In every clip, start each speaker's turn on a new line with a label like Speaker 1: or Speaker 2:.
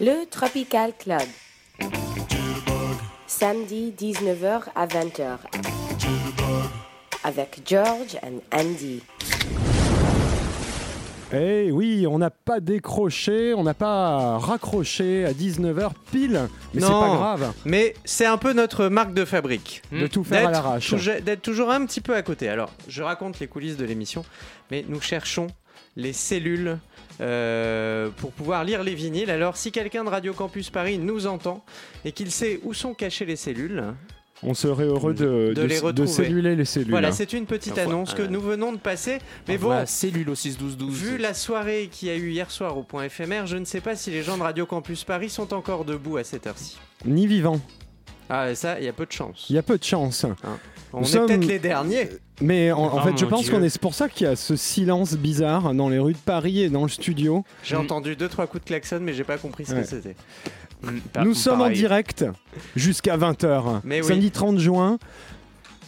Speaker 1: Le Tropical Club. Samedi 19h à 20h. Avec George and Andy.
Speaker 2: Eh oui, on n'a pas décroché, on n'a pas raccroché à 19h pile, mais c'est
Speaker 3: Non.
Speaker 2: pas grave
Speaker 3: Mais c'est un peu notre marque de fabrique.
Speaker 2: de
Speaker 3: Hmm.
Speaker 2: tout faire à
Speaker 3: D'être
Speaker 2: l'arrache.
Speaker 3: touj- D'être toujours un petit peu à côté. Alors, je raconte les coulisses de l'émission, mais nous cherchons les cellules euh, pour pouvoir lire les vinyles. Alors, si quelqu'un de Radio Campus Paris nous entend et qu'il sait où sont cachées les cellules,
Speaker 2: On serait heureux de,
Speaker 3: De les retrouver.
Speaker 2: celluler les cellules.
Speaker 3: voilà, c'est une petite
Speaker 4: Enfin,
Speaker 3: annonce que
Speaker 4: euh,
Speaker 3: nous venons de passer. Mais
Speaker 4: Mais
Speaker 3: bon,
Speaker 4: bon, cellule au 61212.
Speaker 3: Vu la soirée qu'il y a eu hier soir au point éphémère, je ne sais pas si les gens de Radio Campus Paris sont encore debout à cette heure-ci.
Speaker 2: Ni vivant,
Speaker 3: Ah, ça, il y a peu de chance.
Speaker 2: il y a peu de chance.
Speaker 3: On
Speaker 2: Nous
Speaker 3: est
Speaker 2: sommes-
Speaker 3: peut-être les derniers.
Speaker 2: Mais en, en
Speaker 4: Oh
Speaker 2: fait, je
Speaker 4: mon
Speaker 2: pense
Speaker 4: Dieu.
Speaker 2: qu'on est c'est pour ça qu'il y a ce silence bizarre dans les rues de Paris et dans le studio.
Speaker 3: J'ai
Speaker 4: Mm.
Speaker 3: entendu deux trois coups de klaxon, mais j'ai pas compris ce
Speaker 2: Mmh. Ouais.
Speaker 3: que c'était.
Speaker 4: Mm, pa-
Speaker 2: Nous sommes en
Speaker 4: pareil.
Speaker 2: direct jusqu'à 20h,
Speaker 3: Mais oui.
Speaker 2: samedi 30 juin.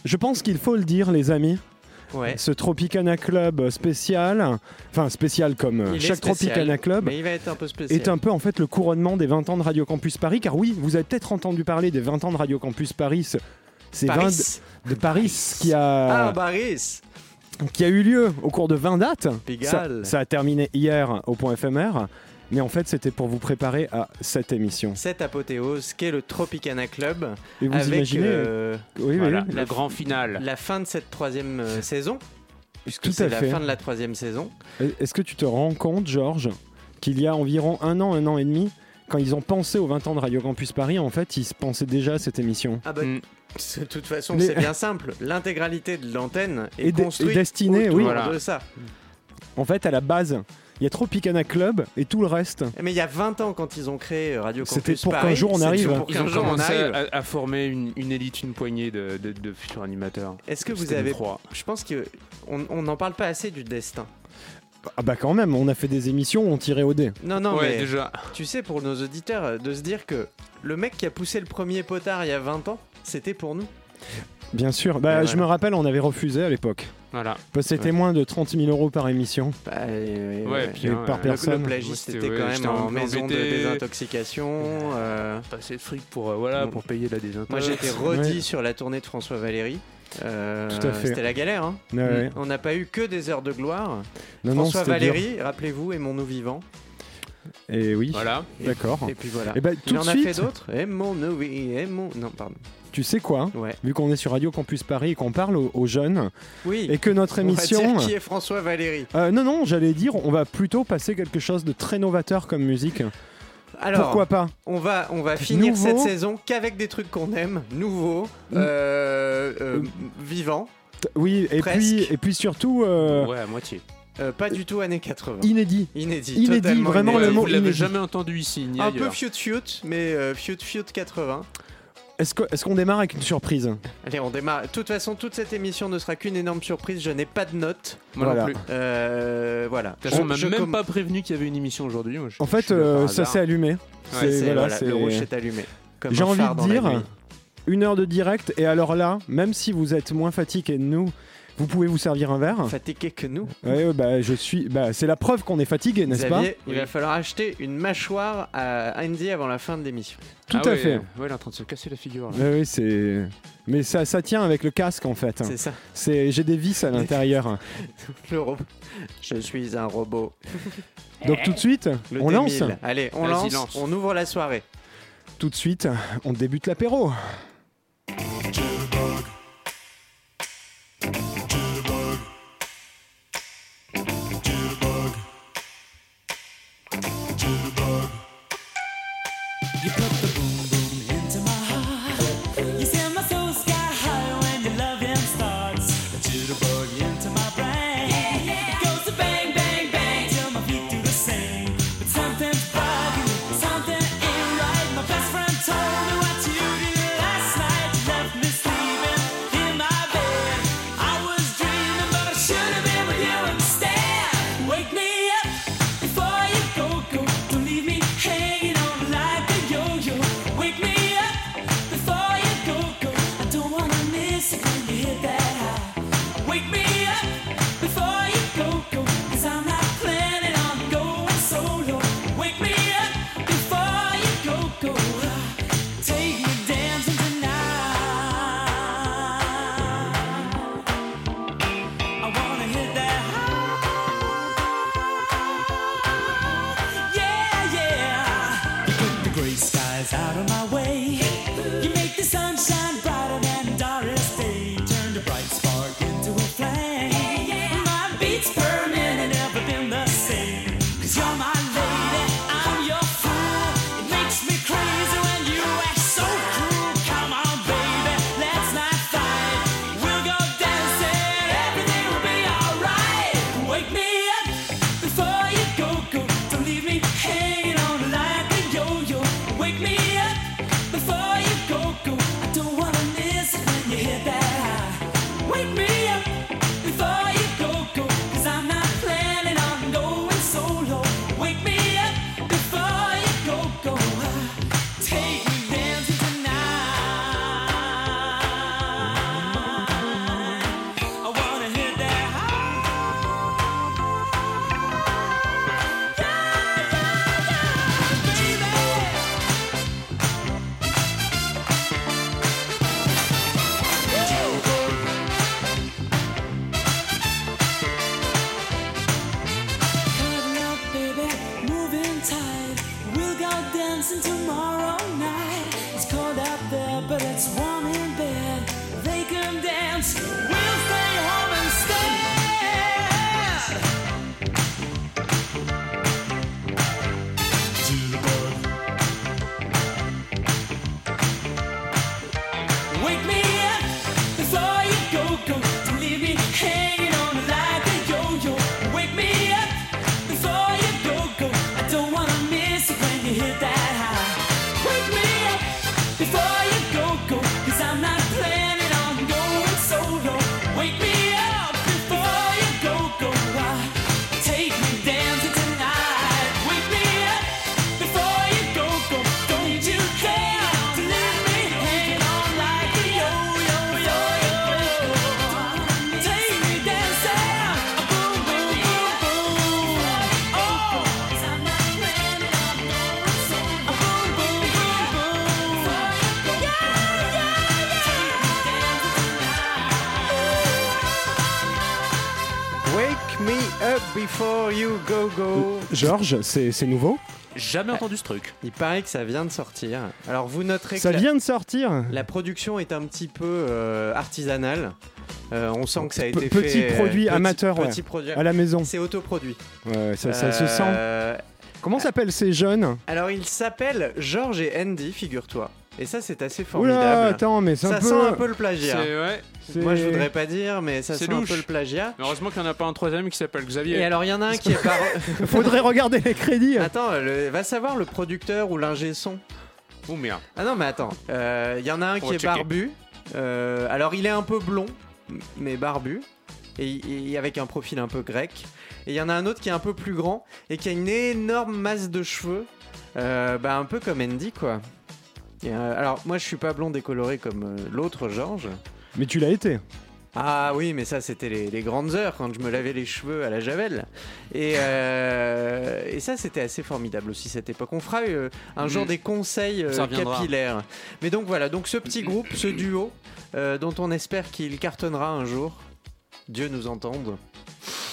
Speaker 2: Je pense qu'il faut le dire, les amis.
Speaker 3: Ouais.
Speaker 2: Ce Tropicana Club spécial, enfin spécial comme euh,
Speaker 3: Il est
Speaker 2: chaque
Speaker 3: spécial,
Speaker 2: Tropicana Club,
Speaker 3: Mais il va être un peu spécial.
Speaker 2: est un peu en fait le couronnement des 20 ans de Radio Campus Paris. Car oui, vous avez peut-être entendu parler des 20 ans de Radio Campus Paris. ce- C'est 20
Speaker 3: Paris.
Speaker 2: de Paris qui
Speaker 3: Ah, bah.
Speaker 2: a,
Speaker 3: Paris.
Speaker 2: qui a eu lieu au cours de 20 dates. Ça,
Speaker 3: Pigalle.
Speaker 2: ça a terminé hier au point éphémère. Mais en fait, c'était pour vous préparer à cette émission.
Speaker 3: Cette apothéose qu'est le Tropicana Club
Speaker 2: Et vous
Speaker 3: avec
Speaker 2: imaginez
Speaker 3: euh,
Speaker 2: oui, oui,
Speaker 4: Voilà,
Speaker 2: oui.
Speaker 4: le grand final.
Speaker 3: la fin de cette troisième euh, saison,
Speaker 2: Tout
Speaker 3: puisque
Speaker 2: à
Speaker 3: c'est la
Speaker 2: fait. Euh,
Speaker 3: fin de la troisième saison.
Speaker 2: Est-ce que tu te rends compte, Georges, qu'il y a environ un an, un an et demi, quand ils ont pensé aux 20 ans de Radio Campus Paris, en fait, ils se pensaient déjà à cette émission
Speaker 3: Ah bah,
Speaker 4: Mm.
Speaker 3: de toute façon,
Speaker 2: Mmh. Mais-
Speaker 3: c'est bien simple. L'intégralité de l'antenne est
Speaker 2: Et de- et
Speaker 3: construite
Speaker 2: destinée,
Speaker 3: autour
Speaker 2: oui.
Speaker 3: de ça.
Speaker 2: En fait, à la base, il y a Tropicana Club et tout le reste.
Speaker 3: Mais il y a 20 ans, quand ils ont créé euh, Radio Campus
Speaker 2: C'était pour qu'un
Speaker 3: Paris,
Speaker 2: jour on
Speaker 3: c'est
Speaker 2: arrive.
Speaker 3: toujours Pour
Speaker 4: Ils
Speaker 3: qu'un
Speaker 4: ont
Speaker 3: jour on
Speaker 4: commencé
Speaker 3: arrive.
Speaker 4: à, à former une, une élite, une poignée de, de- de futurs animateurs.
Speaker 3: Est-ce que vous
Speaker 4: C'était
Speaker 3: avez...
Speaker 4: nous trois.
Speaker 3: Je pense que on on n'en parle pas assez du destin.
Speaker 2: Ah bah quand même, on a fait des émissions, où on tirait au dé.
Speaker 3: Non, non,
Speaker 4: ouais,
Speaker 3: mais
Speaker 4: déjà.
Speaker 3: tu sais, pour nos auditeurs, euh, de se dire que le mec qui a poussé le premier potard il y a 20 ans, c'était pour nous.
Speaker 2: Bien sûr. Bah,
Speaker 3: Et
Speaker 2: Je
Speaker 3: voilà.
Speaker 2: me rappelle, on avait refusé à l'époque.
Speaker 4: Voilà.
Speaker 2: Parce que c'était
Speaker 4: Ouais.
Speaker 2: moins de 30 000 euros par émission.
Speaker 3: Bah, euh,
Speaker 4: Ouais,
Speaker 3: ouais.
Speaker 4: puis
Speaker 2: Et
Speaker 4: hein,
Speaker 2: par
Speaker 4: euh,
Speaker 2: personne.
Speaker 3: Le, le plagiste
Speaker 4: Moi,
Speaker 3: était
Speaker 4: c'était-
Speaker 3: quand
Speaker 4: ouais,
Speaker 3: même
Speaker 4: j'étais
Speaker 3: en
Speaker 4: un-
Speaker 3: maison de
Speaker 4: embêté.
Speaker 3: désintoxication. euh,
Speaker 4: passer de fric pour, euh, voilà,
Speaker 3: Mm.
Speaker 4: pour payer la désintox.
Speaker 3: Moi, j'ai été redit sur la tournée de François Valéry. Euh,
Speaker 2: Tout à fait.
Speaker 3: C'était la galère. hein.
Speaker 2: Ouais, ouais.
Speaker 3: On n'a pas eu que des heures de gloire.
Speaker 2: Non, non,
Speaker 3: François
Speaker 2: c'était
Speaker 3: Valéry, rappelez-vous, aimons-nous vivants.
Speaker 2: dur. Et Eh oui,
Speaker 4: Voilà.
Speaker 2: d'accord.
Speaker 3: Et puis voilà.
Speaker 2: Et bah,
Speaker 3: Il
Speaker 2: tout
Speaker 3: en
Speaker 2: de
Speaker 3: a fait
Speaker 2: suite,
Speaker 3: d'autres. Aimons-nous, oui, aimons. Non, pardon.
Speaker 2: tu sais quoi
Speaker 3: Ouais.
Speaker 2: Vu qu'on est sur Radio Campus Paris et qu'on parle aux, aux jeunes,
Speaker 3: Oui.
Speaker 2: et euh. que notre émission...
Speaker 3: On va dire qui est François Valéry.
Speaker 2: Euh, non, non, j'allais dire, on va plutôt passer quelque chose de très novateur comme musique.
Speaker 3: Alors,
Speaker 2: Pourquoi pas
Speaker 3: on va, on va finir
Speaker 2: Nouveau. Mm.
Speaker 3: cette saison qu'avec des trucs qu'on aime, nouveaux, euh, euh, vivants,
Speaker 2: T- Oui, et
Speaker 3: Presque.
Speaker 2: puis, et puis surtout, euh,
Speaker 4: Ouais, à moitié.
Speaker 3: euh, pas du tout années 80.
Speaker 2: inédit.
Speaker 3: Inédit.
Speaker 2: Inédit,
Speaker 3: totalement
Speaker 2: vraiment
Speaker 3: inédit.
Speaker 2: le mot
Speaker 4: vous l'avez
Speaker 2: inédit.
Speaker 4: jamais entendu ici, ni
Speaker 3: Un peu
Speaker 4: ailleurs.
Speaker 3: fiut-fiut, mais euh, fiut-fiut 80.
Speaker 2: Est-ce que- est-ce qu'on démarre avec une surprise
Speaker 3: Allez, on démarre. De toute façon, toute cette émission ne sera qu'une énorme surprise. Je n'ai pas de notes.
Speaker 4: Moi
Speaker 2: Voilà.
Speaker 4: non plus. De
Speaker 3: Euh, voilà.
Speaker 4: toute façon, on m'a
Speaker 3: Je
Speaker 4: même
Speaker 3: com-
Speaker 4: pas prévenu qu'il y avait une émission aujourd'hui. moi, je-
Speaker 2: En
Speaker 4: je
Speaker 2: fait,
Speaker 4: suis là par
Speaker 2: euh, ça
Speaker 4: hasard.
Speaker 2: s'est allumé.
Speaker 4: Ouais,
Speaker 2: C'est-
Speaker 3: C'est-
Speaker 2: voilà,
Speaker 3: voilà,
Speaker 2: c'est-
Speaker 3: le rouge est allumé. Comme
Speaker 2: J'ai
Speaker 3: un
Speaker 2: envie
Speaker 3: phare
Speaker 2: de
Speaker 3: dans la
Speaker 2: dire,
Speaker 3: nuit.
Speaker 2: une heure de direct. Et alors là, même si vous êtes moins fatigué que nous, vous pouvez vous servir un verre.
Speaker 3: fatigué que nous,
Speaker 2: Ouais, ouais, bah, je suis. Bah, c'est la preuve qu'on est fatigué, n'est-ce pas
Speaker 3: Xavier, il va falloir acheter une mâchoire à Andy avant la fin de l'émission.
Speaker 2: Tout
Speaker 4: Ah
Speaker 2: à
Speaker 4: ouais,
Speaker 2: fait.
Speaker 4: Ouais, il est en train de se casser la figure. Là.
Speaker 2: Ouais, ouais, c'est. Mais ça, ça tient avec le casque en fait.
Speaker 3: C'est ça,
Speaker 2: C'est, j'ai des vis à l'intérieur.
Speaker 3: le robot. Je suis un robot.
Speaker 2: Donc tout de suite,
Speaker 3: Le
Speaker 2: on lance.
Speaker 3: D1000. Allez, on
Speaker 4: Vas-y,
Speaker 3: lance,
Speaker 4: lance.
Speaker 3: on ouvre la soirée.
Speaker 2: Tout de suite, on débute l'apéro.
Speaker 5: You put the boom boom into my heart. You send my soul sky high when your loving starts. The jitterbug into my brain. It goes to bang bang bang till my feet do the same. But something's bugging, me, something ain't right. My best friend told me what you did last night. You left me sleeping in my bed. I was dreaming, but I should have been with you instead. Wake me up before you go go. Don't leave me hanging on like a yo yo. eyes out of my way. You make the sunshine brighter than Doris Day. Turned a bright spark into a flame. My beats per minute never been the same. Cause you're my lady, I'm your fool. It makes me crazy when you act so cruel. Come on, baby, let's not fight. We'll go dancing, everything will be alright. Wake me up before you go, go. Don't leave me hanging on like a yo-yo. Wake me up before you go, go. I don't wanna miss it when you hit that high. Wake me up before you go, go. Cause I'm not planning on going solo. Wake me up before you go, go. Take me dancing tonight. I wanna hit that high. Tomorrow night, it's cold out there, but it's warm in bed. They can dance, we'll stay home instead. Wake me up before you go, go. Don't leave me hanging on like a yo-yo. Wake me up before you go, go. I don't wanna miss it when you hit that high. Wake me up before you go, go. Cause I'm not planning on going solo. Wake me up before you go, go. Ah, Take me dancing tonight. Wake me up before you go, go. Don't you care to leave me hanging on like a yo-yo, yo-yo. Take me dancing, ah, boom, boom, boom, boom. Oh, I'm not planning on going solo. Boom, boom, boom, boom. Yeah, yeah, yeah. Take me dancing tonight.
Speaker 3: Wake me up before you go go.
Speaker 2: Georges, c'est c'est nouveau.
Speaker 4: Jamais entendu ce truc.
Speaker 3: Il paraît que ça vient de sortir. Alors vous noterez que
Speaker 2: Ça
Speaker 3: la-
Speaker 2: vient de sortir.
Speaker 3: La production est un petit peu euh, artisanale. Euh, on sent que ça a
Speaker 2: Pe-
Speaker 3: été
Speaker 2: petit
Speaker 3: fait. euh,
Speaker 2: produit amateur, ouais.
Speaker 3: Petit produit.
Speaker 2: À la maison.
Speaker 3: C'est autoproduit.
Speaker 2: Ouais, ça, ça se sent.
Speaker 3: Euh,
Speaker 2: Comment s'appellent ces jeunes
Speaker 3: Alors, ils s'appellent George et Andy, figure-toi. Et ça, c'est assez
Speaker 2: Oula,
Speaker 3: formidable.
Speaker 2: attends, mais c'est
Speaker 3: ça
Speaker 2: un peu.
Speaker 3: sent un peu le plagiat.
Speaker 4: C'est ouais.
Speaker 2: c'est-
Speaker 3: Moi, je voudrais pas dire, mais ça
Speaker 4: C'est
Speaker 3: sent
Speaker 4: louche.
Speaker 3: un peu le plagiat.
Speaker 4: Mais heureusement qu'il n'y en a pas un troisième qui s'appelle Xavier.
Speaker 3: Et alors, il y en a un qui est par.
Speaker 2: Faudrait regarder les crédits.
Speaker 3: attends, le- va savoir le producteur ou l'ingé son.
Speaker 4: Oh merde.
Speaker 3: Ah non, mais attends. Euh, Il y en a un
Speaker 4: On
Speaker 3: qui
Speaker 4: va
Speaker 3: est
Speaker 4: checker.
Speaker 3: barbu. Euh, alors, il est un peu blond, m- mais barbu. Et, et avec un profil un peu grec. Et il y en a un autre qui est un peu plus grand et qui a une énorme masse de cheveux. Euh, bah, un peu comme Andy, quoi. Et, euh, alors, moi, je suis pas blond décoloré comme euh, l'autre Georges.
Speaker 2: Mais tu l'as été.
Speaker 3: Ah oui, mais ça, c'était les, les grandes heures quand je me lavais les cheveux à la javel. Et, euh, et ça, c'était assez formidable aussi cette époque. On fera euh, un jour
Speaker 4: Mm.
Speaker 3: des conseils euh,
Speaker 4: Ça reviendra.
Speaker 3: capillaires. Mais donc voilà, donc ce petit groupe, ce duo, euh, dont on espère qu'il cartonnera un jour, Dieu nous entende,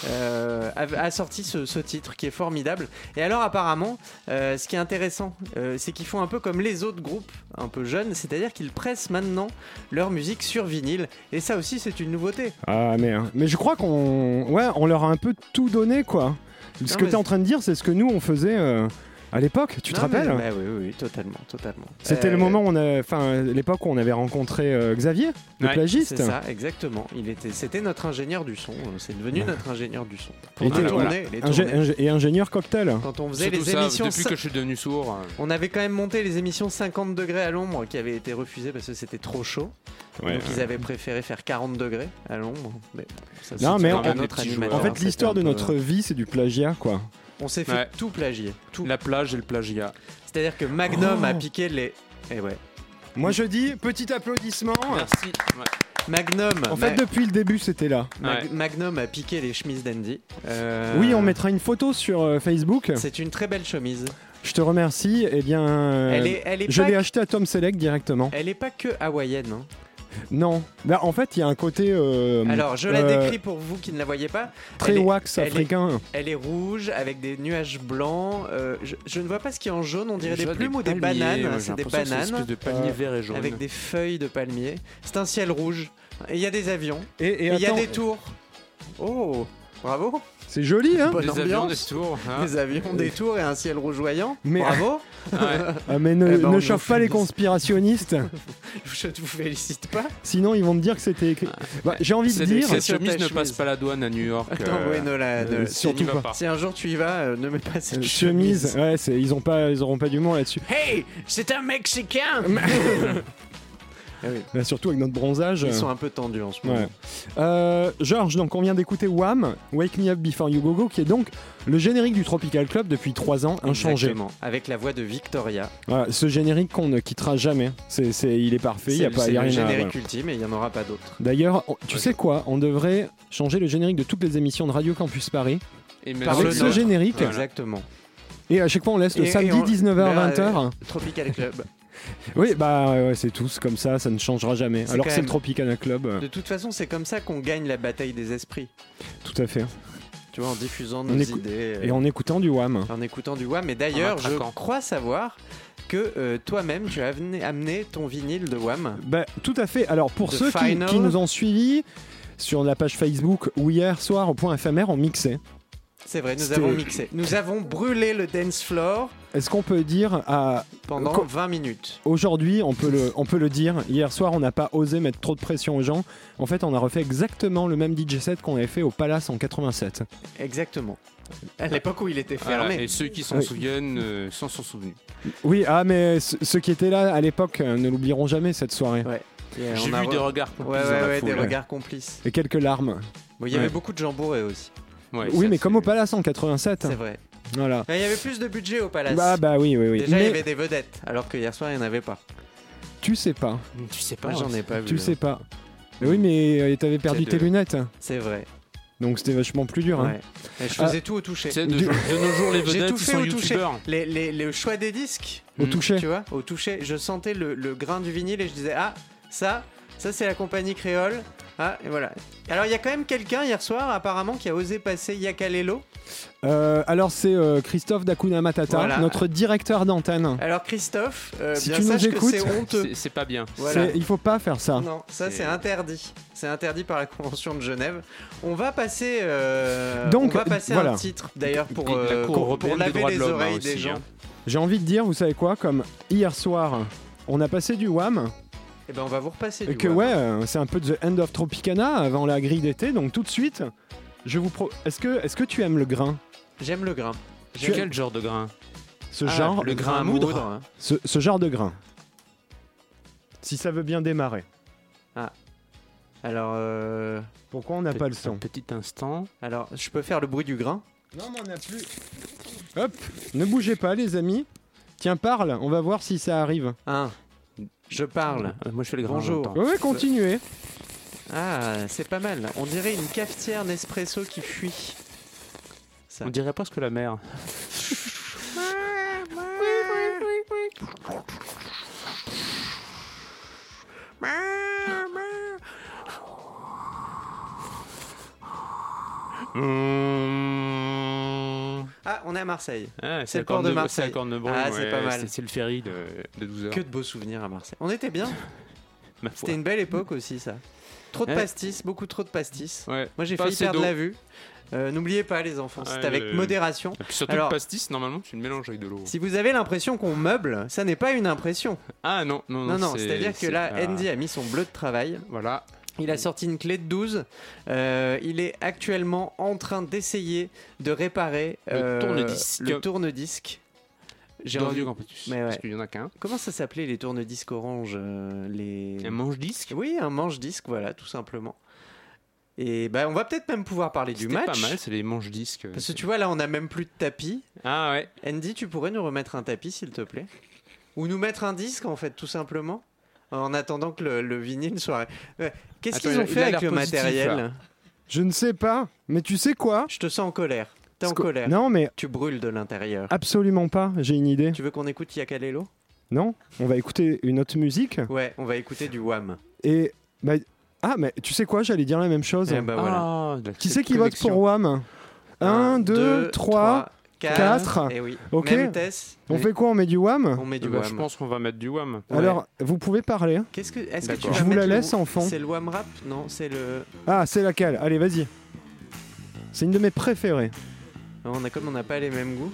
Speaker 3: euh, a, a sorti ce, ce titre qui est formidable. Et alors apparemment, euh, ce qui est intéressant, euh, c'est qu'ils font un peu comme les autres groupes un peu jeunes, c'est-à-dire qu'ils pressent maintenant leur musique sur vinyle. Et ça aussi, c'est une nouveauté.
Speaker 2: Ah mais, hein. mais je crois qu'on ouais, on leur a un peu tout donné quoi. Ce
Speaker 3: Non,
Speaker 2: que
Speaker 3: mais-
Speaker 2: t'es en train de dire, c'est ce que nous on faisait euh, à l'époque. Tu te
Speaker 3: Non, mais-
Speaker 2: rappelles hein
Speaker 3: bah Oui, oui, oui, totalement, totalement.
Speaker 2: C'était
Speaker 3: Euh,
Speaker 2: le moment où on a, enfin l'époque où on avait rencontré euh, Xavier, le
Speaker 4: Ouais,
Speaker 2: plagiste.
Speaker 3: C'est ça, exactement. Il était, c'était notre ingénieur du son. euh, C'est devenu notre ingénieur du son.
Speaker 2: Il était-
Speaker 3: les
Speaker 2: voilà.
Speaker 3: tournées, les
Speaker 2: Ingé-
Speaker 3: tournées.
Speaker 2: ingé- et ingénieur cocktail.
Speaker 3: Quand on faisait
Speaker 4: Surtout
Speaker 3: les
Speaker 4: ça,
Speaker 3: émissions,
Speaker 4: depuis
Speaker 3: cin-
Speaker 4: que je suis devenu sourd. euh,
Speaker 3: on avait quand même monté les émissions 50 degrés à l'ombre qui avaient été refusées parce que c'était trop chaud. donc ils avaient préféré faire 40 degrés à l'ombre. Mais ça,
Speaker 2: Non,
Speaker 3: c'était
Speaker 2: mais
Speaker 3: un
Speaker 2: on-
Speaker 3: autre
Speaker 4: des
Speaker 3: animateur,
Speaker 4: petits
Speaker 3: hein,
Speaker 2: En
Speaker 4: Alors,
Speaker 2: fait,
Speaker 3: c'était
Speaker 2: l'histoire
Speaker 3: un
Speaker 2: de
Speaker 3: peu-
Speaker 2: notre vie, c'est du plagiat quoi.
Speaker 3: On s'est fait
Speaker 4: Ouais.
Speaker 3: tout plagier. Tout.
Speaker 4: La plage et le plagiat.
Speaker 3: C'est-à-dire que Magnum
Speaker 2: Oh.
Speaker 3: a piqué les. Eh ouais.
Speaker 2: Moi je dis petit applaudissement.
Speaker 3: Oh, Ah,
Speaker 4: Merci. Ouais.
Speaker 3: Magnum.
Speaker 2: En fait,
Speaker 3: Ma-
Speaker 2: depuis le début, c'était là.
Speaker 3: Mag-
Speaker 4: Ouais.
Speaker 3: Magnum a piqué les chemises d'Andy. Euh,
Speaker 2: Oui, on mettra une photo sur euh, Facebook.
Speaker 3: C'est une très belle chemise.
Speaker 2: Je te remercie. Eh bien, euh,
Speaker 3: elle est, elle est
Speaker 2: je
Speaker 3: pas
Speaker 2: l'ai acheté à Tom Selleck directement.
Speaker 3: Elle est pas que hawaïenne. hein.
Speaker 2: Non. Bah, en fait, il y a un côté euh,
Speaker 3: Alors, je la
Speaker 2: euh,
Speaker 3: décris pour vous qui ne la voyez pas.
Speaker 2: très
Speaker 3: Elle est-
Speaker 2: wax
Speaker 3: elle est-
Speaker 2: africain.
Speaker 3: Elle est rouge avec des nuages blancs. euh, je, je ne vois pas ce qu'il y a en jaune. On dirait
Speaker 4: Je
Speaker 3: des
Speaker 4: vois
Speaker 3: plumes ou des
Speaker 4: palmiers,
Speaker 3: bananes. hein,
Speaker 4: moi, j'ai
Speaker 3: c'est des
Speaker 4: l'impression que c'est une
Speaker 3: bananes
Speaker 4: espèce de palmier
Speaker 2: euh,
Speaker 4: vert et jaune.
Speaker 3: avec des feuilles de palmier. C'est un ciel rouge. Et il y a des avions.
Speaker 2: Et, et
Speaker 3: Et il y a
Speaker 2: attends,
Speaker 3: des tours. Oh, bravo.
Speaker 2: c'est joli, hein
Speaker 3: Bonne
Speaker 4: des avions, des
Speaker 3: ambiance.
Speaker 4: tours. hein.
Speaker 3: Des avions, des tours et un ciel rougeoyant.
Speaker 2: Mais-
Speaker 3: Bravo.
Speaker 4: Ouais.
Speaker 2: Ah, Mais ne,
Speaker 3: Eh ben,
Speaker 2: ne
Speaker 3: on
Speaker 2: chauffe
Speaker 3: vous
Speaker 2: pas les
Speaker 3: félicite.
Speaker 2: conspirationnistes,
Speaker 3: Je ne vous félicite pas.
Speaker 2: sinon ils vont te dire que c'était écrit.
Speaker 3: Ah.
Speaker 2: Bah, J'ai envie de
Speaker 4: C'est-
Speaker 2: dire,
Speaker 4: Cette
Speaker 3: Sur ta
Speaker 4: chemise ne passe
Speaker 3: chemise.
Speaker 4: pas la douane à New York.
Speaker 3: Non,
Speaker 4: euh,
Speaker 3: oui, ne la- ne-
Speaker 2: euh,
Speaker 3: si-
Speaker 2: surtout
Speaker 4: n'y va
Speaker 2: pas.
Speaker 4: pas.
Speaker 3: Si un jour tu y vas, euh, ne mets pas cette
Speaker 2: euh,
Speaker 3: chemise.
Speaker 2: chemise, ouais, c'est- ils ont pas, ils auront pas du monde là-dessus.
Speaker 3: Hey, c'est un Mexicain. Ah oui,
Speaker 2: Bah, surtout avec notre bronzage.
Speaker 3: Ils
Speaker 2: euh,
Speaker 3: sont un peu tendus en ce moment.
Speaker 2: Ouais. Euh, Georges, donc on vient d'écouter Wham, Wake Me Up Before You Go Go, qui est donc le générique du Tropical Club depuis 3 ans, inchangé.
Speaker 3: Exactement, Avec la voix de Victoria.
Speaker 2: Voilà, Ah, ce générique qu'on ne quittera jamais, c'est, c'est- il est parfait, il
Speaker 3: C'est
Speaker 2: n'y a
Speaker 3: le-
Speaker 2: pas
Speaker 3: c'est
Speaker 2: il y a
Speaker 3: le
Speaker 2: rien à-
Speaker 3: générique
Speaker 2: voilà.
Speaker 3: ultime et il n'y en aura pas d'autre.
Speaker 2: D'ailleurs, on- tu sais quoi On devrait changer le générique de toutes les émissions de Radio Campus Paris
Speaker 4: Et même
Speaker 3: Par
Speaker 2: avec
Speaker 3: le
Speaker 2: ce
Speaker 3: nôtre.
Speaker 2: générique.
Speaker 4: Voilà.
Speaker 3: Exactement.
Speaker 2: Et à chaque fois, on laisse le
Speaker 3: Et- et
Speaker 2: samedi
Speaker 3: on-
Speaker 2: 19h,
Speaker 3: mais, euh,
Speaker 2: 20h.
Speaker 3: Tropical Club.
Speaker 2: Oui, bah ouais, ouais, c'est tous comme ça, ça ne changera jamais.
Speaker 3: C'est
Speaker 2: Alors
Speaker 3: quand
Speaker 2: que c'est le
Speaker 3: même-
Speaker 2: Tropicana Club, euh,
Speaker 3: De toute façon, c'est comme ça qu'on gagne la bataille des esprits.
Speaker 2: tout à fait.
Speaker 3: Tu vois, en diffusant
Speaker 2: On
Speaker 3: nos
Speaker 2: écou-
Speaker 3: idées. euh,
Speaker 2: Et en écoutant du Wham.
Speaker 3: en écoutant du Wham. Et d'ailleurs,
Speaker 4: En
Speaker 3: je
Speaker 4: attraquant.
Speaker 3: crois savoir que euh, toi-même, tu as amené, amené ton vinyle de Wham.
Speaker 2: Bah, tout à fait. Alors, pour
Speaker 3: The
Speaker 2: ceux qui,
Speaker 3: final.
Speaker 2: qui nous ont suivis sur la page Facebook ou hier soir au point éphémère, on mixait.
Speaker 3: C'est vrai, nous
Speaker 2: C'était-
Speaker 3: avons mixé. Nous avons brûlé le dance floor
Speaker 2: Est-ce qu'on peut dire à
Speaker 3: pendant
Speaker 2: Co-
Speaker 3: 20 minutes.
Speaker 2: aujourd'hui, on peut le, on peut le dire. Hier soir, on n'a pas osé mettre trop de pression aux gens. En fait, on a refait exactement le même DJ set qu'on avait fait au Palace en 87.
Speaker 3: Exactement. À l'époque où il était
Speaker 4: Voilà,
Speaker 3: fermé.
Speaker 4: et ceux qui s'en
Speaker 2: Oui.
Speaker 4: souviennent euh, s'en sont souvenus.
Speaker 2: Oui, ah mais ce- ceux qui étaient là à l'époque euh, ne l'oublieront jamais cette soirée.
Speaker 3: Et on
Speaker 4: J'ai
Speaker 3: a
Speaker 4: vu
Speaker 3: re-
Speaker 4: des regards
Speaker 3: Ouais, ouais,
Speaker 4: complices dans la
Speaker 3: ouais, des
Speaker 4: foule.
Speaker 3: regards complices.
Speaker 2: Et quelques larmes.
Speaker 3: Bon, il y avait
Speaker 2: Ouais.
Speaker 3: beaucoup de gens bourrés aussi.
Speaker 4: Ouais,
Speaker 2: oui, mais
Speaker 4: ça, c'est-
Speaker 2: comme au Palace en 87.
Speaker 3: C'est vrai.
Speaker 2: Voilà.
Speaker 3: Mais Il y avait plus de budget au palace.
Speaker 2: Bah bah oui oui oui.
Speaker 3: Déjà, il
Speaker 2: mais
Speaker 3: y avait des vedettes, alors que hier soir, il n'y en avait pas.
Speaker 2: tu sais pas,
Speaker 4: Mais Ah, Tu sais pas, hein.
Speaker 3: Moi, j'en ai pas vu. hein.
Speaker 2: tu sais pas. Mais oui mais euh, t'avais perdu
Speaker 4: de-
Speaker 2: tes lunettes,
Speaker 3: C'est vrai.
Speaker 2: donc c'était vachement plus dur. hein.
Speaker 3: Ouais. Et je faisais tout au toucher.
Speaker 4: Tu sais, de, de nos jours, les
Speaker 3: J'ai
Speaker 4: vedettes,
Speaker 3: tout
Speaker 4: ils
Speaker 3: fait
Speaker 4: sont
Speaker 3: au toucher.
Speaker 4: youtubeurs.
Speaker 3: Les, les, le choix des disques,
Speaker 2: Au
Speaker 4: Mm.
Speaker 2: toucher.
Speaker 3: tu vois, au toucher, je sentais le, le grain du vinyle et je disais ah ça, ça c'est la compagnie créole. Ah et voilà. Alors il y a quand même quelqu'un hier soir apparemment qui a osé passer Yakalelo.
Speaker 2: Euh, alors c'est euh, Christophe Dakuna Matata,
Speaker 3: Voilà.
Speaker 2: notre directeur d'antenne.
Speaker 3: Alors Christophe, euh,
Speaker 2: Si
Speaker 3: bien
Speaker 2: tu nous
Speaker 3: sache
Speaker 2: écoutes,
Speaker 3: que c'est honteux.
Speaker 4: C'est- C'est pas bien.
Speaker 3: Voilà.
Speaker 2: C'est- Il faut pas faire ça.
Speaker 3: Non, ça c'est
Speaker 4: C'est-
Speaker 3: interdit. C'est interdit par la Convention de Genève. On va passer, euh,
Speaker 2: Donc,
Speaker 3: on va passer
Speaker 2: voilà.
Speaker 3: un titre d'ailleurs pour,
Speaker 4: Et la
Speaker 3: euh,
Speaker 4: Cour
Speaker 3: pour,
Speaker 4: européenne
Speaker 3: pour
Speaker 4: des
Speaker 3: laver
Speaker 4: droits de
Speaker 3: les
Speaker 4: l'homme, hein,
Speaker 3: oreilles
Speaker 4: aussi,
Speaker 3: des gens.
Speaker 4: hein.
Speaker 2: J'ai envie de dire, vous savez quoi, comme hier soir, on a passé du Wham.
Speaker 3: Et ben on va vous repasser
Speaker 2: Et
Speaker 3: du
Speaker 2: que
Speaker 3: Wham.
Speaker 2: ouais, euh, c'est un peu The End of Tropicana avant la grille d'été, donc tout de suite, je vous pro... Est-ce que, est-ce que tu aimes le grain
Speaker 3: J'aime le grain.
Speaker 2: Tu-
Speaker 4: Quel genre de grain
Speaker 2: ce,
Speaker 3: Ah,
Speaker 2: genre,
Speaker 4: le grain à moudre.
Speaker 3: hein.
Speaker 2: ce, ce genre de grain Si ça veut bien démarrer.
Speaker 3: Alors euh,
Speaker 2: Pourquoi on n'a pas le
Speaker 4: Un
Speaker 2: son
Speaker 4: petit instant.
Speaker 3: Alors, je peux faire le bruit du grain
Speaker 2: Non, mais on n'a plus. Hop, ne bougez pas, les amis. Tiens, parle, on va voir si ça arrive.
Speaker 3: Hein Je parle.
Speaker 4: Euh, Moi, je fais les grains. en
Speaker 3: Bonjour.
Speaker 4: même temps.
Speaker 2: Ouais, ouais, continuez.
Speaker 3: Ah, c'est pas mal. On dirait une cafetière Nespresso qui fuit.
Speaker 4: On dirait presque la mer.
Speaker 3: Ah, on est à Marseille.
Speaker 4: Ah,
Speaker 3: C'est le
Speaker 4: la
Speaker 3: port
Speaker 4: Corne
Speaker 3: de
Speaker 4: Bru- C'est la
Speaker 3: Marseille.
Speaker 4: corne de Brune,
Speaker 3: Ah, c'est
Speaker 4: ouais,
Speaker 3: pas mal.
Speaker 4: C'est le ferry de, de 12 heures.
Speaker 3: Que de beaux souvenirs à Marseille. On était bien.
Speaker 4: ma foi.
Speaker 3: C'était une belle époque aussi, ça. Trop de
Speaker 4: Ouais.
Speaker 3: pastis, beaucoup trop de pastis.
Speaker 4: Ouais.
Speaker 3: Moi, j'ai
Speaker 4: Pas
Speaker 3: failli
Speaker 4: assez
Speaker 3: perdre
Speaker 4: d'eau.
Speaker 3: la vue. Euh, N'oubliez pas, les enfants, c'est
Speaker 4: Ouais,
Speaker 3: avec
Speaker 4: le-
Speaker 3: modération.
Speaker 4: Et puis surtout
Speaker 3: Alors-
Speaker 4: le pastis, normalement, tu le mélanges avec de l'eau.
Speaker 3: Si vous avez l'impression qu'on meuble, ça n'est pas une impression.
Speaker 4: Ah non, non, non.
Speaker 3: Non, non, c'est-à-dire que là,
Speaker 4: pas-
Speaker 3: Andy a mis son bleu de travail.
Speaker 4: Voilà.
Speaker 3: Il a sorti une clé de 12. Euh, il est actuellement en train d'essayer de réparer euh,
Speaker 4: Le tourne-disque.
Speaker 3: le tourne-disque. J'ai
Speaker 4: Dans
Speaker 3: envie-
Speaker 4: Vieux Campus.
Speaker 3: Mais ouais. Mm.
Speaker 4: Parce qu'il y en a qu'un.
Speaker 3: Comment ça s'appelait les tourne-disques orange euh, les...
Speaker 4: Un manche-disque.
Speaker 3: Oui, un manche-disque, voilà, tout simplement. Et bah, on va peut-être même pouvoir parler du
Speaker 4: C'était
Speaker 3: match.
Speaker 4: pas mal, c'est les manches-disques.
Speaker 3: Parce que tu vois, là, on a même plus de tapis.
Speaker 4: Ah ouais.
Speaker 3: Andy, tu pourrais nous remettre un tapis, s'il te plaît Ou nous mettre un disque, en fait, tout simplement En attendant que le, le vinyle soit. Ouais. Qu'est-ce
Speaker 4: Attends,
Speaker 3: qu'ils
Speaker 4: il
Speaker 3: ont
Speaker 4: a- il
Speaker 3: fait
Speaker 4: a
Speaker 3: avec
Speaker 4: l'air
Speaker 3: le
Speaker 4: positif,
Speaker 3: matériel
Speaker 4: là.
Speaker 2: Je ne sais pas, mais tu sais quoi
Speaker 3: Je te sens en colère. T'es en
Speaker 2: Parce que-
Speaker 3: colère.
Speaker 2: Non, mais
Speaker 3: Tu brûles de l'intérieur.
Speaker 4: Ah.
Speaker 2: absolument pas, j'ai une idée.
Speaker 3: Tu veux qu'on écoute Yakalelo
Speaker 2: Non On va écouter une autre musique
Speaker 3: Ouais, on va écouter du Wham.
Speaker 2: et Bah, ah, mais tu sais quoi, j'allais dire la même chose.
Speaker 3: Eh ben voilà.
Speaker 4: Ah,
Speaker 2: Qui c'est qui vote pour WAM 1, 2, 3. quatre.
Speaker 3: Et Eh oui.
Speaker 2: Ok.
Speaker 3: Même test.
Speaker 2: On fait quoi On met du WAM
Speaker 3: On met du
Speaker 4: Bah, je
Speaker 3: wham.
Speaker 4: pense qu'on va mettre du wham.
Speaker 3: Ouais.
Speaker 2: Alors, vous pouvez parler.
Speaker 3: Qu'est-ce que est-ce que tu
Speaker 4: D'accord.
Speaker 3: vas
Speaker 2: Je vous la
Speaker 3: mettre le-
Speaker 2: laisse, enfant.
Speaker 3: C'est le wham rap Non, c'est le
Speaker 2: Ah, c'est laquelle Allez, vas-y. C'est une de mes préférées.
Speaker 3: Non, on a comme on n'a pas les mêmes goûts.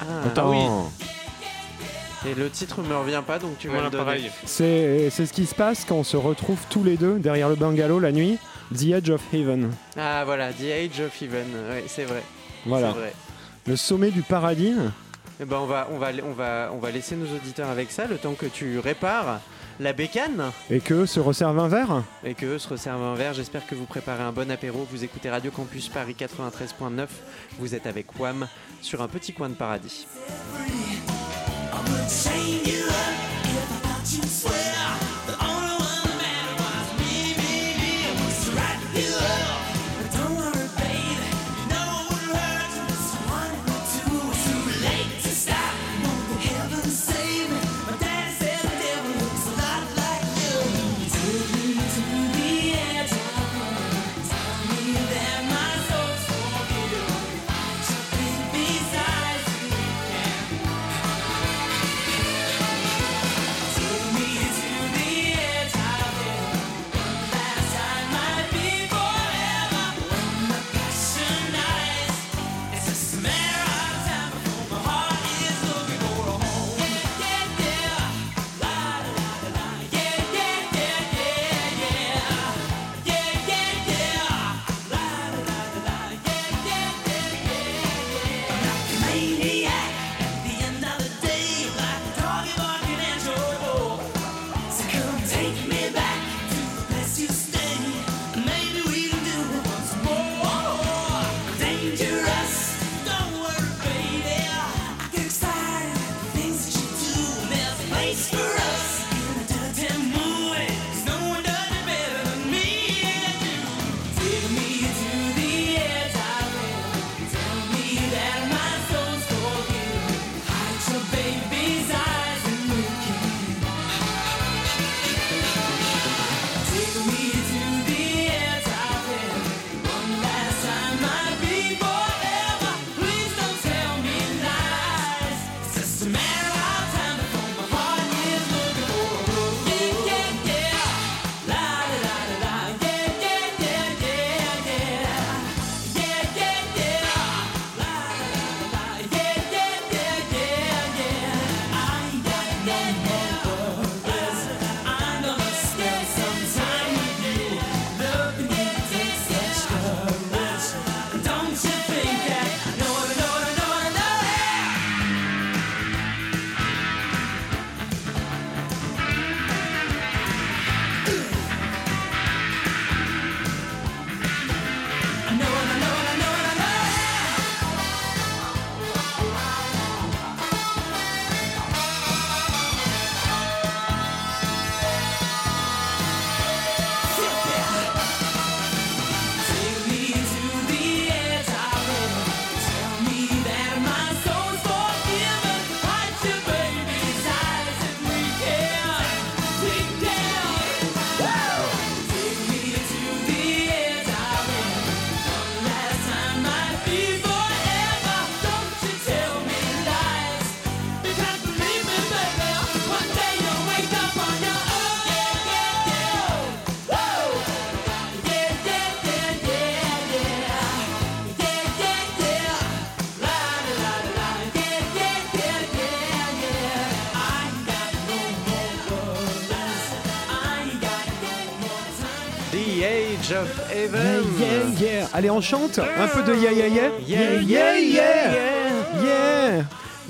Speaker 3: Ah, Et le titre me revient pas donc tu vas
Speaker 4: Voilà,
Speaker 3: me donner.
Speaker 4: pareil.
Speaker 2: C'est c'est ce qui se passe quand on se retrouve tous les deux derrière le bungalow la nuit. The Edge of Heaven.
Speaker 3: Ah voilà, The Age of Even. Ouais, c'est vrai.
Speaker 2: Voilà.
Speaker 3: C'est vrai.
Speaker 2: Le sommet du paradis.
Speaker 3: Eh ben on va on va on va on va laisser nos auditeurs avec ça le temps que tu répares la bécane
Speaker 2: Et que se resserve un verre
Speaker 3: et que eux se resservent un verre. J'espère que vous préparez un bon apéro. Vous écoutez Radio Campus Paris 93.9. Vous êtes avec Wam sur un petit coin de paradis.
Speaker 5: I would chain you up if I thought you swear the only one that mattered was me, me, me. I was to write you up, but don't worry, babe. You know I wouldn't hurt you. So one or two, it's too late to stop. Won't the heaven save me? My daddy said the devil looks a lot like you. You took me to the edge. Tell me that my soul's forgiven. I should be beside you. Take me to the edge of heaven. One last time might be forever. When my passion dies, it's just a matter of time before my heart is looking for a home. Yeah, yeah, yeah, la la la la. Yeah, yeah, yeah, yeah, yeah. Yeah, yeah, yeah, la la la la. Yeah, yeah, yeah, yeah, yeah. I'm like a maniac at the end of the day, like a dog barking at your door. So come take me back to the place you stay. Maybe we can do it once more. Dangerous, don't worry, baby. I get excited at the things that you do. There's a place for us in a dirty movie. 'Cause no one does it better than me and you. Take me to the edge, darling. Tell me that my soul's forgiven. Hide your baby's eyes and look in. Take me to the edge of heaven. One last time, might be forever. Please don't tell me lies. It's just a matter of time before my heart is looking for a road. Yeah, yeah, yeah. La la la la la. Yeah, yeah, yeah, yeah, yeah. Yeah, yeah, yeah. La la la la la. Yeah, yeah, yeah, yeah, yeah. I ain't got no more worries. I'm gonna spend some time with you. Love can take such courage. Don't you think that? I know it, I know it, I know it, I know it. I know it, I know it, I know it, I know it. Take me to the edge of heaven. Tell me that my soul's forgiven. Hide your baby's eyes if we can. Deep down. Take me to the edge of heaven. One last time might be forever. Don't you tell me lies. Because believe me, baby, one day you'll wake up on your own. Yeah, yeah, yeah. Whoa. Yeah, yeah, yeah, yeah, yeah. Yeah, yeah, yeah. La la la la la. Yeah, yeah, yeah, yeah, yeah. I ain't got no more worries. I ain't got no more time.
Speaker 3: The Age of
Speaker 2: Yeah,
Speaker 3: Heaven.
Speaker 2: yeah, yeah. Allez, on chante un peu de yeah, yeah, yeah.
Speaker 3: Yeah, yeah, yeah,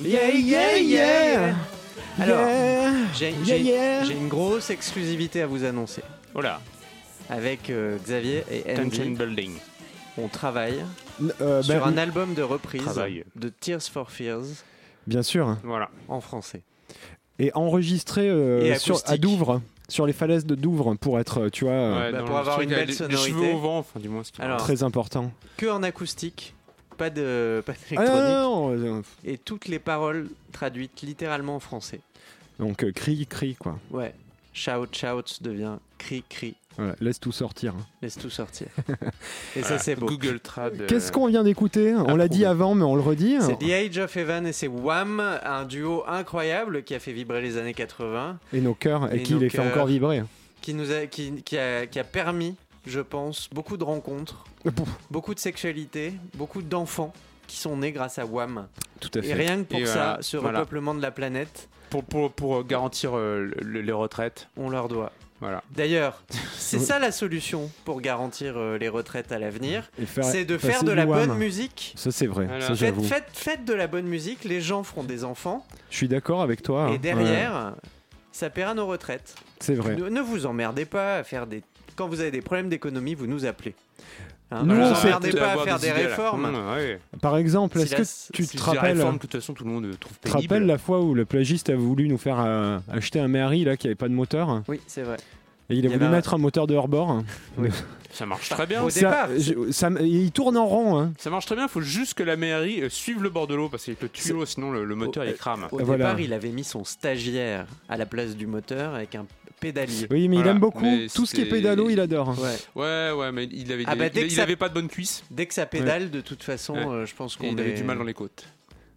Speaker 2: Yeah, yeah, yeah, yeah.
Speaker 3: Alors,
Speaker 2: Yeah.
Speaker 3: J'ai
Speaker 2: Yeah,
Speaker 3: j'ai-
Speaker 2: yeah.
Speaker 3: j'ai une grosse exclusivité à vous annoncer.
Speaker 4: Voilà,
Speaker 3: Avec euh, Xavier et
Speaker 4: Tension
Speaker 3: Andy,
Speaker 4: Building.
Speaker 3: on travaille
Speaker 2: N- euh,
Speaker 3: sur
Speaker 2: bah,
Speaker 3: un album de reprise
Speaker 4: Travail.
Speaker 3: de Tears for Fears
Speaker 2: Bien sûr.
Speaker 4: Voilà.
Speaker 3: en français.
Speaker 2: Et enregistré euh,
Speaker 3: Et
Speaker 2: sur, à
Speaker 3: acoustique.
Speaker 2: Douvres, sur les falaises de Douvres, pour être, euh, tu vois, euh,
Speaker 4: Ouais,
Speaker 3: bah,
Speaker 4: dans
Speaker 3: pour
Speaker 4: le
Speaker 3: avoir
Speaker 4: truc,
Speaker 3: une
Speaker 4: il y a
Speaker 3: belle
Speaker 4: des-
Speaker 3: sonorité.
Speaker 4: Des cheveux au vent, enfin, du moins, c'est tout.
Speaker 3: Alors,
Speaker 2: très important.
Speaker 3: Que en acoustique, pas de pas d'électronique
Speaker 2: Ah non, non, non, euh,
Speaker 3: et toutes les paroles traduites littéralement en français.
Speaker 2: donc euh, cri, cri, quoi.
Speaker 3: Ouais. Shout, shout devient cri, cri.
Speaker 2: Voilà, laisse tout sortir.
Speaker 3: Laisse tout sortir. Et ça,
Speaker 2: Ah,
Speaker 3: c'est beau.
Speaker 4: Google Trad. euh,
Speaker 2: Qu'est-ce qu'on vient d'écouter On l'a
Speaker 4: approuvé.
Speaker 2: dit avant, mais on le redit.
Speaker 3: C'est The Age of Evan et c'est Wham, un duo incroyable qui a fait vibrer les années 80,
Speaker 2: Et nos cœurs, et
Speaker 3: Et
Speaker 2: qui
Speaker 3: nos
Speaker 2: les fait
Speaker 3: cœurs.
Speaker 2: encore vibrer.
Speaker 3: qui, nous a, qui, qui a, qui a permis, je pense, beaucoup de rencontres,
Speaker 2: Pouf,
Speaker 3: beaucoup de sexualité, beaucoup d'enfants qui sont nés grâce à Wham.
Speaker 2: Tout à
Speaker 3: Et
Speaker 2: fait.
Speaker 3: rien que pour
Speaker 4: Et
Speaker 3: ça,
Speaker 4: voilà,
Speaker 3: ce
Speaker 4: voilà.
Speaker 3: repeuplement de la planète,
Speaker 4: pour, pour, pour garantir euh, le- les retraites.
Speaker 3: on leur doit.
Speaker 4: Voilà.
Speaker 3: D'ailleurs, c'est ça la solution pour garantir euh, les retraites à l'avenir,
Speaker 2: Et faire-
Speaker 3: c'est de
Speaker 2: passer
Speaker 3: faire de
Speaker 2: du
Speaker 3: la
Speaker 2: wham.
Speaker 3: bonne musique.
Speaker 2: Ça c'est vrai,
Speaker 4: Voilà.
Speaker 2: ça
Speaker 3: Faites,
Speaker 2: j'avoue.
Speaker 3: faites, faites de la bonne musique, les gens feront des enfants,
Speaker 2: Je suis d'accord avec toi.
Speaker 3: et
Speaker 2: Ah, Ouais,
Speaker 3: derrière, ça paiera nos retraites.
Speaker 2: c'est vrai.
Speaker 3: Ne, ne vous emmerdez pas à faire des. Quand vous avez des problèmes d'économie, vous nous appelez. Hein,
Speaker 2: Nous,
Speaker 3: ne
Speaker 2: on
Speaker 3: vous
Speaker 2: sait
Speaker 3: emmerdez
Speaker 4: peut
Speaker 3: pas à
Speaker 4: avoir
Speaker 3: faire des
Speaker 4: idées, là.
Speaker 3: réformes.
Speaker 4: Mmh, ouais.
Speaker 2: Par exemple,
Speaker 3: Si
Speaker 2: est-ce
Speaker 3: la-
Speaker 2: que tu
Speaker 4: Si
Speaker 2: te
Speaker 4: je dis
Speaker 2: rappelles,
Speaker 4: réforme, de toute façon, tout le monde le trouve
Speaker 2: te
Speaker 4: pénible.
Speaker 2: rappelles la fois où le plagiste a voulu nous faire euh, acheter un Méhari là qui avait pas de moteur hein,
Speaker 3: Oui, c'est vrai.
Speaker 2: et il
Speaker 3: Il y
Speaker 2: a voulu
Speaker 3: avait un-
Speaker 2: mettre un moteur de hors-bord hein.
Speaker 4: Ça marche très bien.
Speaker 3: Au
Speaker 2: Ça-
Speaker 3: départ,
Speaker 2: je- ça me- il tourne en rond. hein.
Speaker 4: Ça marche très bien. Il faut juste que la mairie euh, suive le bord de l'eau parce qu'avec le tuyau, sinon le, le moteur
Speaker 3: Oh,
Speaker 4: il crame.
Speaker 3: Au
Speaker 2: Voilà.
Speaker 3: départ, il avait mis son stagiaire à la place du moteur avec un pédalier.
Speaker 2: Oui, mais
Speaker 4: Voilà.
Speaker 2: il aime beaucoup
Speaker 4: Mais
Speaker 2: tout ce qui est
Speaker 4: c'est-
Speaker 2: pédalo, il adore. hein.
Speaker 3: Ouais.
Speaker 4: Ouais, ouais, mais il avait,
Speaker 3: Ah
Speaker 4: des-
Speaker 3: bah,
Speaker 4: il,
Speaker 3: dès que
Speaker 4: il
Speaker 3: ça-
Speaker 4: avait pas de bonne cuisse.
Speaker 3: Dès que ça pédale, de toute façon,
Speaker 4: Ouais.
Speaker 3: euh, je pense
Speaker 4: et
Speaker 3: qu'on
Speaker 4: il
Speaker 3: est...
Speaker 4: avait du mal dans les côtes.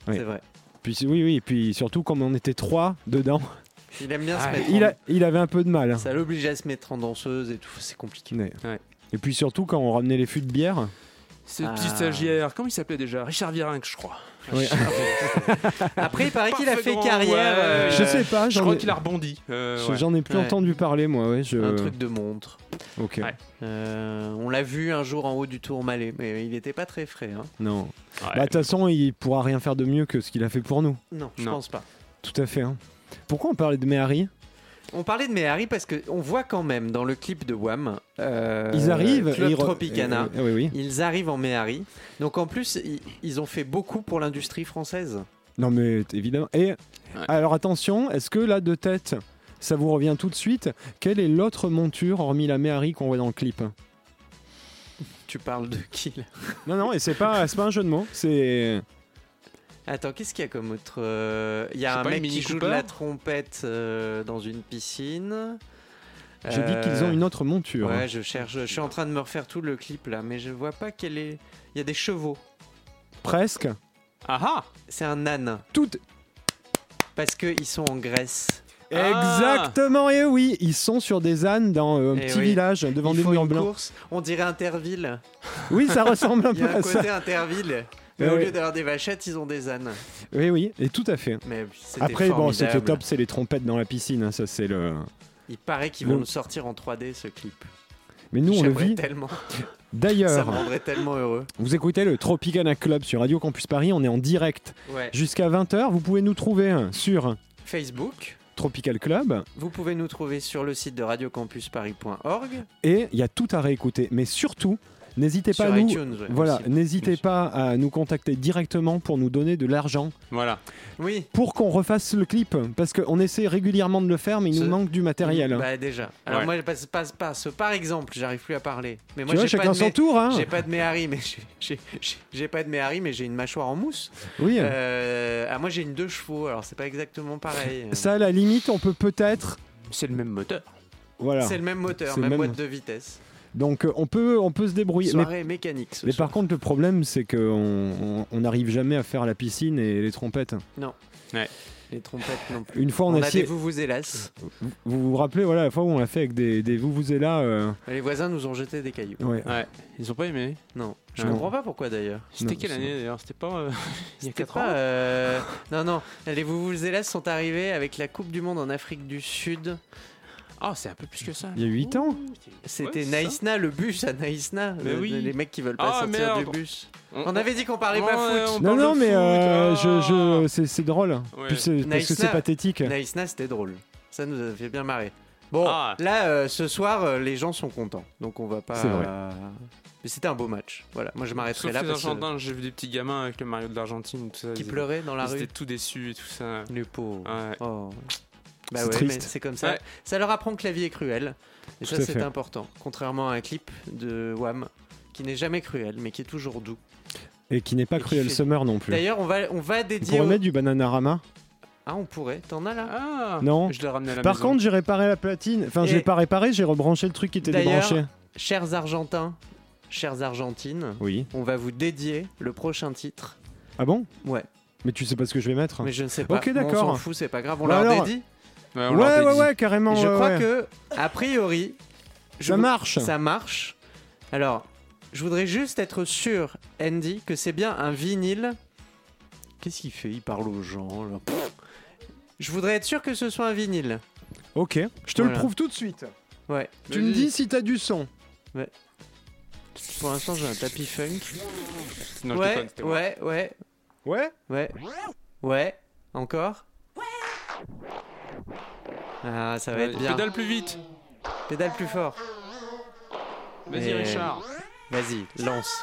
Speaker 2: Oui.
Speaker 3: C'est vrai.
Speaker 2: Puis oui, oui, et puis surtout comme on était trois dedans,
Speaker 3: Il aime bien
Speaker 4: Ah,
Speaker 3: se mettre.
Speaker 2: il,
Speaker 3: en-
Speaker 2: a- il avait un peu de mal. hein.
Speaker 3: Ça l'oblige à se mettre en danseuse et tout. C'est compliqué.
Speaker 2: Ouais.
Speaker 4: Ouais.
Speaker 2: Et puis surtout quand on ramenait les fûts de bière.
Speaker 4: Ce
Speaker 3: Ah.
Speaker 4: petit stagiaire, comment il s'appelait déjà Richard Virenque, je crois.
Speaker 2: Ouais.
Speaker 3: Après, il paraît qu'il a
Speaker 4: Parfait
Speaker 3: fait
Speaker 4: grand,
Speaker 3: carrière.
Speaker 4: ouais.
Speaker 3: euh,
Speaker 2: je sais pas, Ah,
Speaker 4: Je
Speaker 2: j'en
Speaker 4: crois
Speaker 2: ai-
Speaker 4: qu'il a rebondi. Euh,
Speaker 2: je-
Speaker 4: ouais.
Speaker 2: j'en ai plus
Speaker 3: Ouais.
Speaker 2: entendu parler moi. Ouais, je...
Speaker 3: Un truc de montre.
Speaker 2: Ok.
Speaker 4: Ouais.
Speaker 3: Euh, on l'a vu un jour en haut du tour Malais, mais il n'était pas très frais. hein.
Speaker 2: Non.
Speaker 4: Ouais.
Speaker 2: Bah, de toute façon, il pourra rien faire de mieux que ce qu'il a fait pour nous.
Speaker 3: Non, je
Speaker 4: Non.
Speaker 3: pense pas.
Speaker 2: Tout à fait. hein. Pourquoi on parlait de Méhari
Speaker 3: On parlait de Mehari parce que on voit quand même dans le clip de Wham. euh,
Speaker 2: Ils arrivent.
Speaker 3: Club
Speaker 2: ils re-
Speaker 3: Tropicana.
Speaker 2: Euh, euh, oui, oui.
Speaker 3: Ils arrivent en Mehari. Donc en plus, i- ils ont fait beaucoup pour l'industrie française.
Speaker 2: Non, mais t- évidemment. Et alors, attention, est-ce que là, de tête, ça vous revient tout de suite Quelle est l'autre monture, hormis la Méhari qu'on voit dans le clip
Speaker 3: Tu parles de qui là
Speaker 2: Non, non, et c'est pas, c'est pas un jeu de mots. C'est.
Speaker 3: Attends, qu'est-ce qu'il y a comme autre euh, Il y
Speaker 4: C'est
Speaker 3: a un
Speaker 4: pas
Speaker 3: mec
Speaker 4: une Mini
Speaker 3: qui joue de
Speaker 4: Cooper
Speaker 3: la trompette euh, dans une piscine.
Speaker 2: Je dis qu'ils ont une autre monture.
Speaker 3: Euh,
Speaker 2: hein.
Speaker 3: Ouais, je cherche. Je suis en train de me refaire tout le clip là, mais je vois pas quel est. Il y a des chevaux.
Speaker 2: Presque.
Speaker 4: Ah ah
Speaker 3: C'est un âne.
Speaker 2: Toutes.
Speaker 3: Parce qu'ils sont en Grèce.
Speaker 4: Ah
Speaker 2: Exactement, et oui, ils sont sur des ânes dans euh, un
Speaker 3: Eh
Speaker 2: petit
Speaker 3: oui.
Speaker 2: village devant
Speaker 3: Il
Speaker 2: des
Speaker 3: faut
Speaker 2: murs
Speaker 3: une
Speaker 2: blancs.
Speaker 3: course. On dirait Interville.
Speaker 2: Oui, ça ressemble un
Speaker 3: Il y
Speaker 2: peu
Speaker 3: a un
Speaker 2: à ça.
Speaker 3: côté Interville. Mais au
Speaker 2: Ouais.
Speaker 3: lieu d'avoir des vachettes, ils ont des ânes.
Speaker 2: Oui, oui, et tout à fait.
Speaker 3: Mais c'était
Speaker 2: Après, bon, ce qui est
Speaker 3: formidable.
Speaker 2: top, c'est les trompettes dans la piscine. hein, Ça, c'est le.
Speaker 3: Il paraît qu'ils
Speaker 2: Le-
Speaker 3: vont le sortir en 3D ce clip.
Speaker 2: Mais nous, on le
Speaker 3: J'aimerais
Speaker 2: vit.
Speaker 3: tellement. Ça me
Speaker 2: D'ailleurs,
Speaker 3: rendrait tellement heureux.
Speaker 2: vous écoutez le Tropicana Club sur Radio Campus Paris. On est en direct
Speaker 3: Ouais.
Speaker 2: jusqu'à 20h. Vous pouvez nous trouver hein, sur
Speaker 3: Facebook.
Speaker 2: Tropical Club.
Speaker 3: Vous pouvez nous trouver sur le site de radiocampusparis.org.
Speaker 2: Et il y a tout à réécouter. Mais surtout, n'hésitez pas
Speaker 3: Sur
Speaker 2: à nous.
Speaker 3: iTunes. ouais,
Speaker 2: Voilà,
Speaker 3: aussi.
Speaker 2: n'hésitez
Speaker 4: Aussi.
Speaker 2: pas à nous contacter directement pour nous donner de l'argent
Speaker 4: Voilà.
Speaker 3: Oui.
Speaker 2: pour qu'on refasse le clip parce qu'on essaie régulièrement de le faire mais il
Speaker 3: Ce-
Speaker 2: nous manque du matériel. hein.
Speaker 3: Bah déjà. Alors
Speaker 4: Ouais.
Speaker 3: moi, je passe, passe, passe. Par exemple, j'arrive plus à parler. Mais moi,
Speaker 2: tu vois,
Speaker 3: j'ai pas,
Speaker 2: chacun
Speaker 3: de
Speaker 2: son
Speaker 3: mes-
Speaker 2: tour. Hein.
Speaker 3: j'ai pas de méhari, mais j'ai- j'ai- j'ai- j'ai pas de méhari, mais j'ai une mâchoire en mousse.
Speaker 2: Oui.
Speaker 3: Euh, ah, moi j'ai une deux chevaux, alors c'est pas exactement pareil.
Speaker 2: Ça, à la limite, on peut peut-être.
Speaker 4: C'est le même moteur.
Speaker 2: Voilà.
Speaker 3: C'est le même moteur,
Speaker 2: C'est
Speaker 3: même,
Speaker 2: même-
Speaker 3: boîte de vitesse.
Speaker 2: Donc, euh, on peut, on peut se débrouiller. Mais
Speaker 3: Soirée mécanique. ce
Speaker 2: Mais
Speaker 3: soir.
Speaker 2: par contre, le problème, c'est qu'on n'arrive jamais à faire la piscine et les trompettes.
Speaker 3: Les trompettes non plus.
Speaker 2: Une fois, on,
Speaker 3: On
Speaker 2: a
Speaker 3: a
Speaker 2: essayé.
Speaker 3: des vous vous hélas.
Speaker 2: Vous vous rappelez, voilà, la fois où on l'a fait avec des, des vous vous et là. euh,
Speaker 3: Les voisins nous ont jeté des cailloux.
Speaker 2: ouais.
Speaker 4: Ouais. Ils ont pas aimé.
Speaker 3: Non, je
Speaker 4: Non.
Speaker 3: comprends pas pourquoi d'ailleurs.
Speaker 4: C'était
Speaker 2: Non,
Speaker 4: quelle
Speaker 2: c'est-
Speaker 4: année d'ailleurs C'était pas. euh, Il y a
Speaker 3: C'était
Speaker 4: 4
Speaker 3: pas,
Speaker 4: ans
Speaker 3: euh, Non, non, les vous vous hélas sont arrivés avec la Coupe du Monde en Afrique du Sud.
Speaker 4: Ah, c'est un peu plus que ça.
Speaker 2: Il y a 8 ans
Speaker 3: C'était
Speaker 4: Ouais, c'est
Speaker 3: Naïsna, le bus à Naïsna.
Speaker 4: Mais
Speaker 3: le-
Speaker 4: oui.
Speaker 3: Les mecs qui veulent pas
Speaker 4: Ah,
Speaker 3: sortir
Speaker 4: merde.
Speaker 3: du bus.
Speaker 4: On,
Speaker 3: On avait dit qu'on parlait
Speaker 4: Ouais,
Speaker 3: pas foot. oh.
Speaker 4: on
Speaker 2: Non,
Speaker 4: parle
Speaker 2: non,
Speaker 4: de
Speaker 2: mais
Speaker 4: foot,
Speaker 2: euh,
Speaker 4: ah.
Speaker 2: je, je- c'est, c'est drôle.
Speaker 4: Ouais.
Speaker 2: Puis c'est- parce que
Speaker 3: Nice,
Speaker 2: c'est
Speaker 3: là.
Speaker 2: pathétique.
Speaker 3: Naïsna, c'était drôle. Ça nous a fait bien marrer. Bon,
Speaker 4: Ah.
Speaker 3: là, euh, ce soir, euh, les gens sont contents. Donc on va pas. euh,
Speaker 2: C'est vrai.
Speaker 3: Mais c'était un beau match. Voilà, moi je m'arrêterai
Speaker 4: Sauf
Speaker 3: là
Speaker 4: les
Speaker 3: parce que.
Speaker 4: Argentins, j'ai vu des petits gamins avec le Mario de l'Argentine, tout ça.
Speaker 3: Qui
Speaker 4: ils-
Speaker 3: pleuraient dans la
Speaker 4: ils
Speaker 3: rue.
Speaker 4: étaient tout déçus et tout ça.
Speaker 3: Les pauvres.
Speaker 4: Ouais.
Speaker 3: Oh. Bah
Speaker 2: C'est
Speaker 3: ouais,
Speaker 2: triste.
Speaker 3: mais c'est comme ça.
Speaker 4: Ah. Ouais.
Speaker 3: Ça leur apprend que la vie est cruelle. Et
Speaker 2: Tout
Speaker 3: ça,
Speaker 2: à
Speaker 3: c'est
Speaker 2: fait.
Speaker 3: important. Contrairement à un clip de Wham qui n'est jamais cruel, mais qui est toujours doux.
Speaker 2: Et qui n'est pas
Speaker 3: Et qui
Speaker 2: Cruel
Speaker 3: fait-
Speaker 2: Summer non plus.
Speaker 3: D'ailleurs, on va, on va
Speaker 2: Vous
Speaker 3: dédier.
Speaker 2: pourrez
Speaker 3: au-
Speaker 2: mettre du Bananarama
Speaker 3: Ah, on pourrait. T'en as là
Speaker 4: Ah
Speaker 2: Non.
Speaker 4: Je l'ai ramené à la
Speaker 2: Par
Speaker 4: maison.
Speaker 2: contre, j'ai réparé la platine. Enfin, je
Speaker 3: Et-
Speaker 2: l'ai pas réparé, j'ai rebranché le truc qui était
Speaker 3: D'ailleurs-
Speaker 2: débranché.
Speaker 3: Chers Argentins, chères Argentines,
Speaker 2: Oui.
Speaker 3: on va vous dédier le prochain titre.
Speaker 2: Ah bon
Speaker 3: Ouais,
Speaker 2: Mais tu sais pas ce que je vais mettre
Speaker 3: mais je ne sais pas.
Speaker 2: Ok,
Speaker 3: mais
Speaker 2: d'accord.
Speaker 3: On s'en fout, c'est pas grave. On
Speaker 2: Bah
Speaker 3: leur
Speaker 2: alors,
Speaker 3: dédie.
Speaker 4: Ouais, on
Speaker 2: Ouais,
Speaker 4: leur
Speaker 2: ouais,
Speaker 4: avait
Speaker 2: ouais,
Speaker 4: dit.
Speaker 2: carrément.
Speaker 3: Et je
Speaker 2: ouais,
Speaker 3: crois
Speaker 2: ouais.
Speaker 3: que, a priori,
Speaker 2: Ça
Speaker 3: je-
Speaker 2: marche.
Speaker 3: ça marche. Alors, je voudrais juste être sûr, Andy, que c'est bien un vinyle. Qu'est-ce qu'il fait Il parle aux gens. là. Pff. Je voudrais être sûr que ce soit un vinyle.
Speaker 2: Ok. Je te
Speaker 3: Voilà.
Speaker 2: le prouve tout de suite.
Speaker 3: Ouais.
Speaker 2: Tu me
Speaker 4: Vas-y.
Speaker 2: dis si t'as du son.
Speaker 3: Pour l'instant, j'ai un tapis funk.
Speaker 4: Non, je
Speaker 3: ouais,
Speaker 4: déconne, c'était moi.
Speaker 3: ouais, ouais,
Speaker 2: Ouais
Speaker 3: ouais, ouais. Encore. Ah, ça va
Speaker 4: Ouais,
Speaker 3: être bien.
Speaker 4: Pédale plus vite.
Speaker 3: Pédale plus fort.
Speaker 4: Vas-y,
Speaker 3: Et-
Speaker 4: Richard.
Speaker 3: Vas-y, lance.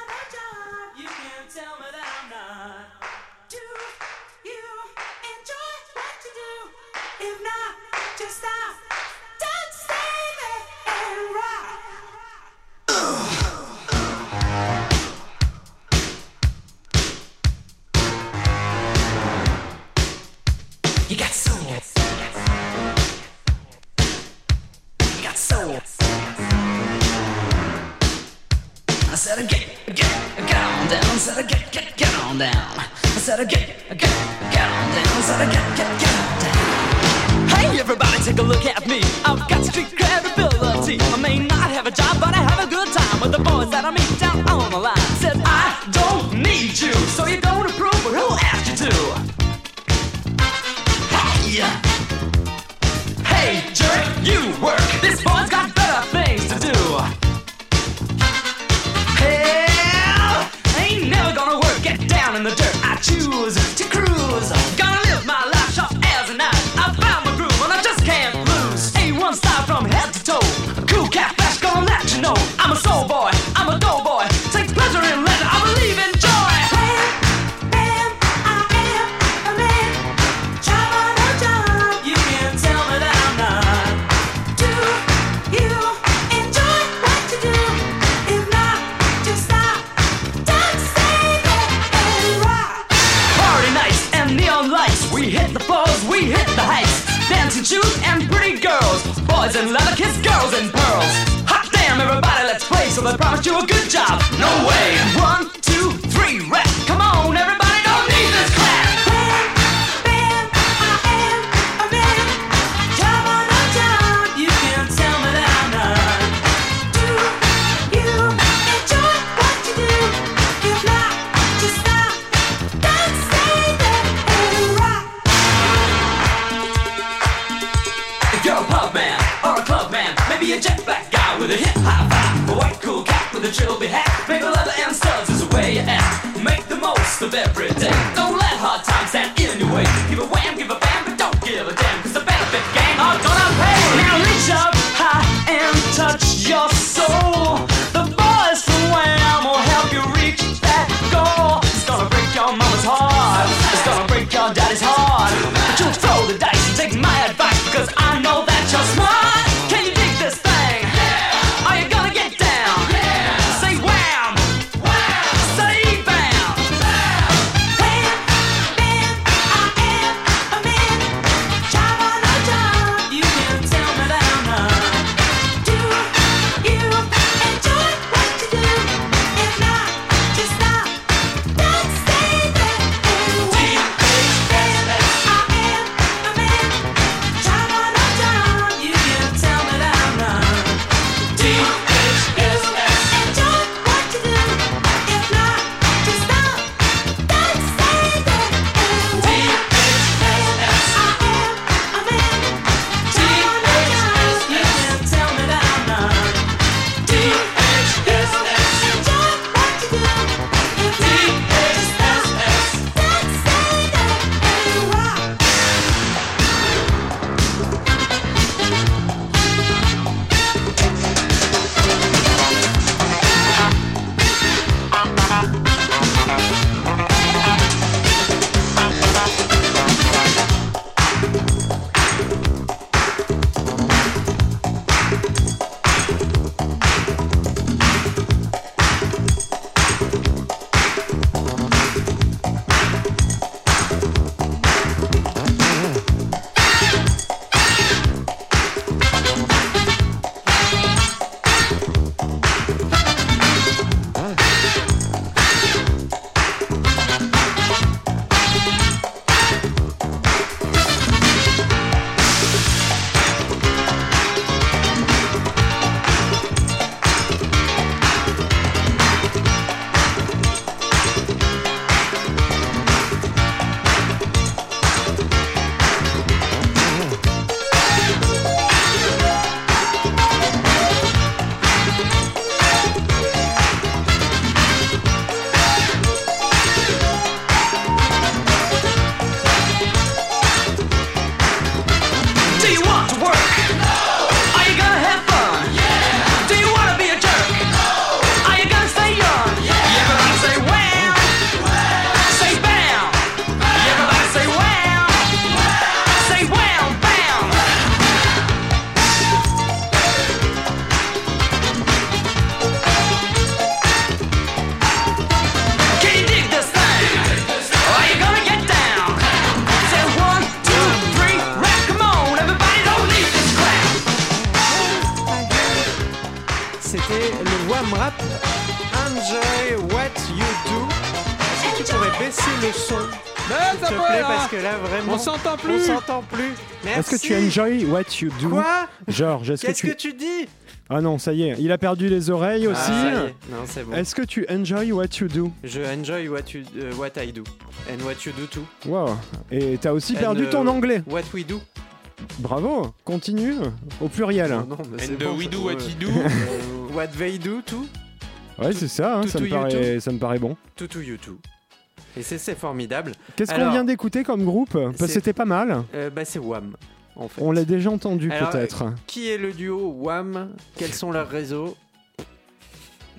Speaker 5: You can tell me that I'm not. Do you enjoy what you do? If not, just stop. Don't stay there and rock.
Speaker 6: You got soul. You got soul. I said, get, get, get on down. I said, get, get, get on down. I said, get, get, get on down. I said, get, get, get on down. Hey, everybody, take a look at me. I've got street credibility. I may not have a job, but I have a good time with the boys that I meet down on the line. Said, I don't need you, so you don't approve, but who asked you to? Hey! Hey, jerk, you work! This boy's got better things to do! Hell! Ain't never gonna work, get down in the dirt. I choose to cruise. Gonna live my life sharp as a knife. I found my groove and I just can't lose. A1 style from head to toe. Cool cat flash, gonna let you know. I'm a soul boy, I'm a dough boy. Take pleasure in leisure, I believe in joy.
Speaker 5: You can tell me that I'm not. Do you enjoy what you do? If not, just stop. Don't stay there and rock.
Speaker 6: Party nights and neon lights. We hit the floors, we hit the heights. Dancing shoes and pretty girls. Boys in leather, kiss girls in pearls. Hot damn, everybody, let's play. So they promised you a good job. No way. One, two, three, rap. Come on, everybody, don't need this crap.
Speaker 5: You can tell me that I'm not. Do you enjoy what you do? If not, just stop. Don't stay there and rock.
Speaker 6: If you're a pub man or a club man, maybe a jet black guy with a hip hop vibe, a white cool cat with a trilby hat, maybe leather and studs is the way you act. Make the most of every day. Don't let hard times stand in your way. Give a wham, give a bam, but don't give a damn, cause the benefit gang are gonna pay. Now reach up high and touch your soul. The boys from Wham will help you reach that goal. It's gonna break your mama's heart. It's gonna break your daddy's heart. But you'll throw the dice and take my advice because I know that you're smart. Can you dig this thing? Are you gonna get down? Say wham. Say bam.
Speaker 5: Bam, bam,
Speaker 3: rap Enjoy What You Do. Est-ce que tu pourrais baisser le son,
Speaker 4: Ben,
Speaker 3: s'il
Speaker 4: ça
Speaker 3: te
Speaker 4: peut,
Speaker 3: plaît,
Speaker 4: là.
Speaker 3: parce que là vraiment,
Speaker 4: On s'entend
Speaker 3: on
Speaker 4: plus
Speaker 3: s'entend plus.
Speaker 2: Est-ce
Speaker 3: Merci.
Speaker 2: que tu enjoy what you do
Speaker 3: Quoi
Speaker 2: Georges, est-ce que
Speaker 3: Qu'est-ce
Speaker 2: tu...
Speaker 3: que tu dis
Speaker 2: Ah non, ça y est, il a perdu les oreilles
Speaker 3: Ah,
Speaker 2: aussi.
Speaker 3: ça y est. Non, c'est bon.
Speaker 2: Est-ce que tu enjoy what you do
Speaker 3: Je enjoy what you euh, what I do and what you do too.
Speaker 2: Wow. Et t'as aussi
Speaker 3: And,
Speaker 2: perdu ton
Speaker 3: euh,
Speaker 2: anglais.
Speaker 3: What we do.
Speaker 2: Bravo, continue au pluriel.
Speaker 3: Non, mais c'est
Speaker 4: And
Speaker 3: bon,
Speaker 4: we
Speaker 3: ça-
Speaker 4: do what
Speaker 3: euh,
Speaker 4: we do.
Speaker 3: What they do too.
Speaker 2: Ouais, c'est ça, hein,
Speaker 3: tout-
Speaker 2: ça,
Speaker 3: tout
Speaker 2: me
Speaker 3: you
Speaker 2: paraît, ça me paraît bon.
Speaker 3: To to you too. Et c'est c'est formidable.
Speaker 2: Qu'est-ce qu'on
Speaker 3: Alors,
Speaker 2: vient d'écouter comme groupe Parce que
Speaker 3: c'est-
Speaker 2: c'était pas mal.
Speaker 3: Euh, bah c'est Wham en fait.
Speaker 2: On l'a déjà entendu
Speaker 3: Alors, euh,
Speaker 2: peut-être.
Speaker 3: Qui est le duo Wham Quels sont leurs réseaux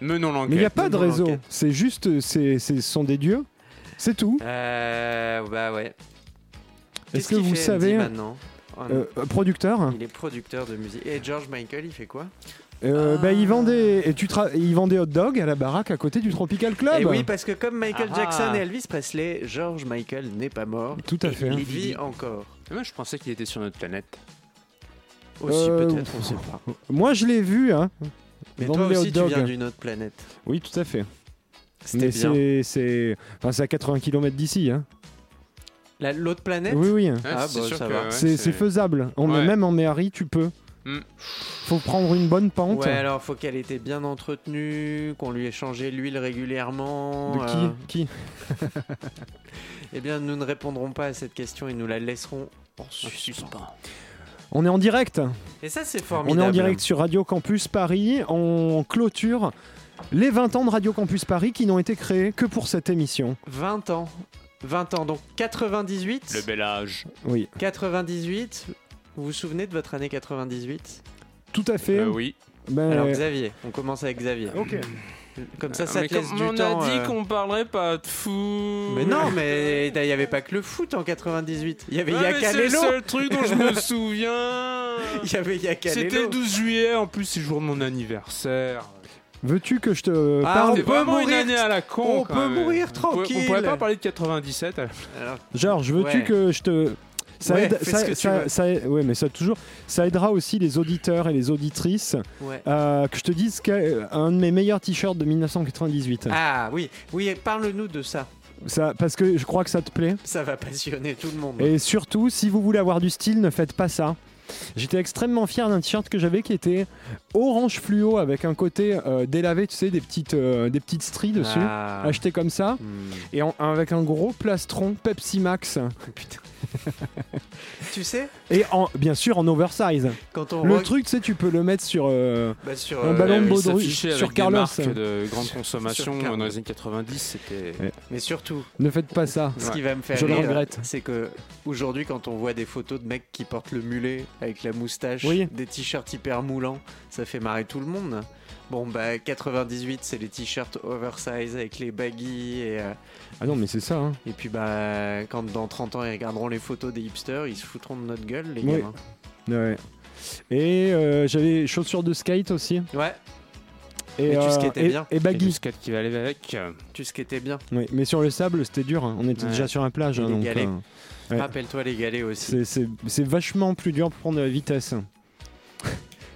Speaker 4: Menons
Speaker 2: Mais il n'y a
Speaker 4: l'enquête.
Speaker 2: pas de
Speaker 3: non, non,
Speaker 2: réseau.
Speaker 3: ok.
Speaker 2: C'est juste, c'est, c'est- ce sont des dieux. C'est tout.
Speaker 3: Euh, bah ouais.
Speaker 2: Est-ce
Speaker 3: Qu'est-ce
Speaker 2: que
Speaker 3: qu'il
Speaker 2: vous
Speaker 3: fait, Andy,
Speaker 2: savez,
Speaker 3: maintenant Oh, non.
Speaker 2: euh, producteur,
Speaker 3: Il est producteur de musique. Et George Michael, il fait quoi
Speaker 2: euh,
Speaker 3: Ah.
Speaker 2: bah, il vend des, et tu tra- il vend des hot dogs à la baraque à côté du Tropical Club.
Speaker 3: Et Eh oui, bah, parce que comme Michael
Speaker 4: Ah.
Speaker 3: Jackson et Elvis Presley, George Michael n'est pas mort.
Speaker 2: Tout à fait. hein.
Speaker 3: Il vit encore.
Speaker 4: Mais Ah, Moi, je pensais qu'il était sur notre planète.
Speaker 3: Ah, Aussi
Speaker 2: Euh,
Speaker 3: peut-être, on sait pas.
Speaker 2: Moi, je l'ai vu. Hein,
Speaker 3: Mais
Speaker 2: vendre
Speaker 3: toi
Speaker 2: des
Speaker 3: aussi,
Speaker 2: hot
Speaker 3: tu
Speaker 2: dogs.
Speaker 3: viens d'une autre planète.
Speaker 2: Oui, tout à fait.
Speaker 3: C'était
Speaker 2: Mais
Speaker 3: bien.
Speaker 2: c'est, c'est, enfin, c'est à 80 km d'ici. hein.
Speaker 3: La- L'autre planète
Speaker 2: Oui, oui.
Speaker 3: Ah,
Speaker 4: c'est
Speaker 3: bah,
Speaker 4: sûr
Speaker 3: ça
Speaker 4: que,
Speaker 3: va.
Speaker 4: ouais,
Speaker 2: c'est, c'est faisable. On
Speaker 4: Ouais.
Speaker 2: Même en Méhari, tu peux.
Speaker 4: Hmm.
Speaker 2: Faut prendre une bonne pente.
Speaker 3: Ouais, alors faut qu'elle était bien entretenue, qu'on lui ait changé l'huile régulièrement.
Speaker 2: De qui
Speaker 3: euh,
Speaker 2: Qui
Speaker 3: eh bien, nous ne répondrons pas à cette question et nous la laisserons en
Speaker 4: Oh,
Speaker 3: suspens.
Speaker 2: On est en direct.
Speaker 3: Et ça, c'est
Speaker 2: On
Speaker 3: formidable.
Speaker 2: est en direct sur Radio Campus Paris. On clôture les 20 ans de Radio Campus Paris qui n'ont été créés que pour cette émission.
Speaker 3: 20 ans. 20 ans, donc 98.
Speaker 4: Le bel âge.
Speaker 2: Oui,
Speaker 3: 98. Vous vous souvenez de votre année 98
Speaker 2: tout à fait.
Speaker 4: Euh, oui.
Speaker 2: Ben,
Speaker 3: Bah Alors Xavier, on commence avec Xavier.
Speaker 2: ok.
Speaker 3: Comme ça, ça
Speaker 4: Ah, Mais
Speaker 3: te laisse
Speaker 4: comme
Speaker 3: du
Speaker 4: on
Speaker 3: temps.
Speaker 4: a dit
Speaker 3: euh,
Speaker 4: qu'on parlerait pas de fou.
Speaker 3: Mais non, mais il n'y avait pas que le foot en 98. Il y avait
Speaker 4: Ouais, Ah, mais c'est le
Speaker 3: Yakalelo.
Speaker 4: seul truc dont je me souviens.
Speaker 3: Il y avait
Speaker 4: C'était le
Speaker 3: Yakalelo.
Speaker 4: 12 juillet, en plus, c'est le jour de mon anniversaire.
Speaker 2: Veux-tu que je te
Speaker 3: Ah,
Speaker 2: parle
Speaker 3: on
Speaker 4: C'était
Speaker 3: peut
Speaker 4: vraiment une
Speaker 3: mourir-
Speaker 4: année à la con.
Speaker 3: on
Speaker 4: quand
Speaker 3: peut
Speaker 4: même.
Speaker 3: mourir
Speaker 4: On pourrait-
Speaker 3: tranquille.
Speaker 4: On pourrait pas parler de 97. à la-
Speaker 3: Alors,
Speaker 2: Georges, veux-tu
Speaker 3: Ouais.
Speaker 2: que je te ça
Speaker 3: Ouais,
Speaker 2: aide,
Speaker 3: fais
Speaker 2: ça,
Speaker 3: ce que tu
Speaker 2: ça-
Speaker 3: veux.
Speaker 2: ça aide- ouais, mais ça toujours. Ça aidera aussi les auditeurs et les auditrices
Speaker 3: ouais.
Speaker 2: euh, que je te dise qu'un un de mes meilleurs t-shirts de 1998.
Speaker 3: Ah oui, oui, parle-nous de ça.
Speaker 2: Ça, parce que je crois que ça te plaît.
Speaker 3: Ça va passionner tout le monde.
Speaker 2: Et surtout, si vous voulez avoir du style, ne faites pas ça. J'étais extrêmement fier d'un t-shirt que j'avais qui était orange fluo avec un côté euh, délavé, tu sais, des petites, euh, des petites stries dessus.
Speaker 3: Ah.
Speaker 2: Acheté comme ça
Speaker 3: Hmm.
Speaker 2: et en- avec un gros plastron Pepsi Max
Speaker 3: Tu sais,
Speaker 2: et en, bien sûr en oversize.
Speaker 3: quand on
Speaker 2: Le
Speaker 3: reg-
Speaker 2: truc, tu sais, tu peux le mettre sur. euh,
Speaker 3: bah, sur,
Speaker 2: un
Speaker 3: euh,
Speaker 2: ballon de
Speaker 4: Ouais, mais
Speaker 2: baudru-
Speaker 4: s'afficher
Speaker 2: sur
Speaker 4: avec des
Speaker 2: Carlos.
Speaker 4: marques de grande consommation
Speaker 3: Sur Carlos.
Speaker 4: dans les années 90, c'était.
Speaker 3: Mais surtout,
Speaker 2: ne faites pas ça.
Speaker 3: ce qui va me faire
Speaker 2: Je le
Speaker 3: rire,
Speaker 2: regrette.
Speaker 3: c'est que aujourd'hui, quand on voit des photos de mecs qui portent le mulet avec la moustache,
Speaker 2: Oui.
Speaker 3: des t-shirts hyper moulants, ça fait marrer tout le monde. Bon, bah 98, c'est les t-shirts oversize avec les baggy et, euh,
Speaker 2: Ah non, mais c'est ça. hein.
Speaker 3: et puis bah quand dans 30 ans ils regarderont les photos des hipsters, ils se foutront de notre gueule, les
Speaker 2: Oui.
Speaker 3: gamins.
Speaker 2: Ouais. Et euh, j'avais chaussures de skate aussi.
Speaker 3: Ouais,
Speaker 2: Et,
Speaker 3: Mais tu
Speaker 2: euh,
Speaker 3: skatais
Speaker 2: et-
Speaker 3: bien.
Speaker 2: et
Speaker 4: Et du
Speaker 2: baggy.
Speaker 4: skate qui va aller avec.
Speaker 3: tu skatais bien.
Speaker 2: Ouais, mais sur le sable, c'était dur. hein. On était
Speaker 4: Ouais.
Speaker 2: déjà sur la plage.
Speaker 3: Et
Speaker 2: hein,
Speaker 3: des
Speaker 2: donc,
Speaker 3: galets.
Speaker 2: euh, Ouais.
Speaker 3: Rappelle-toi les galets aussi.
Speaker 2: C'est- C'est c'est vachement plus dur pour prendre de la vitesse.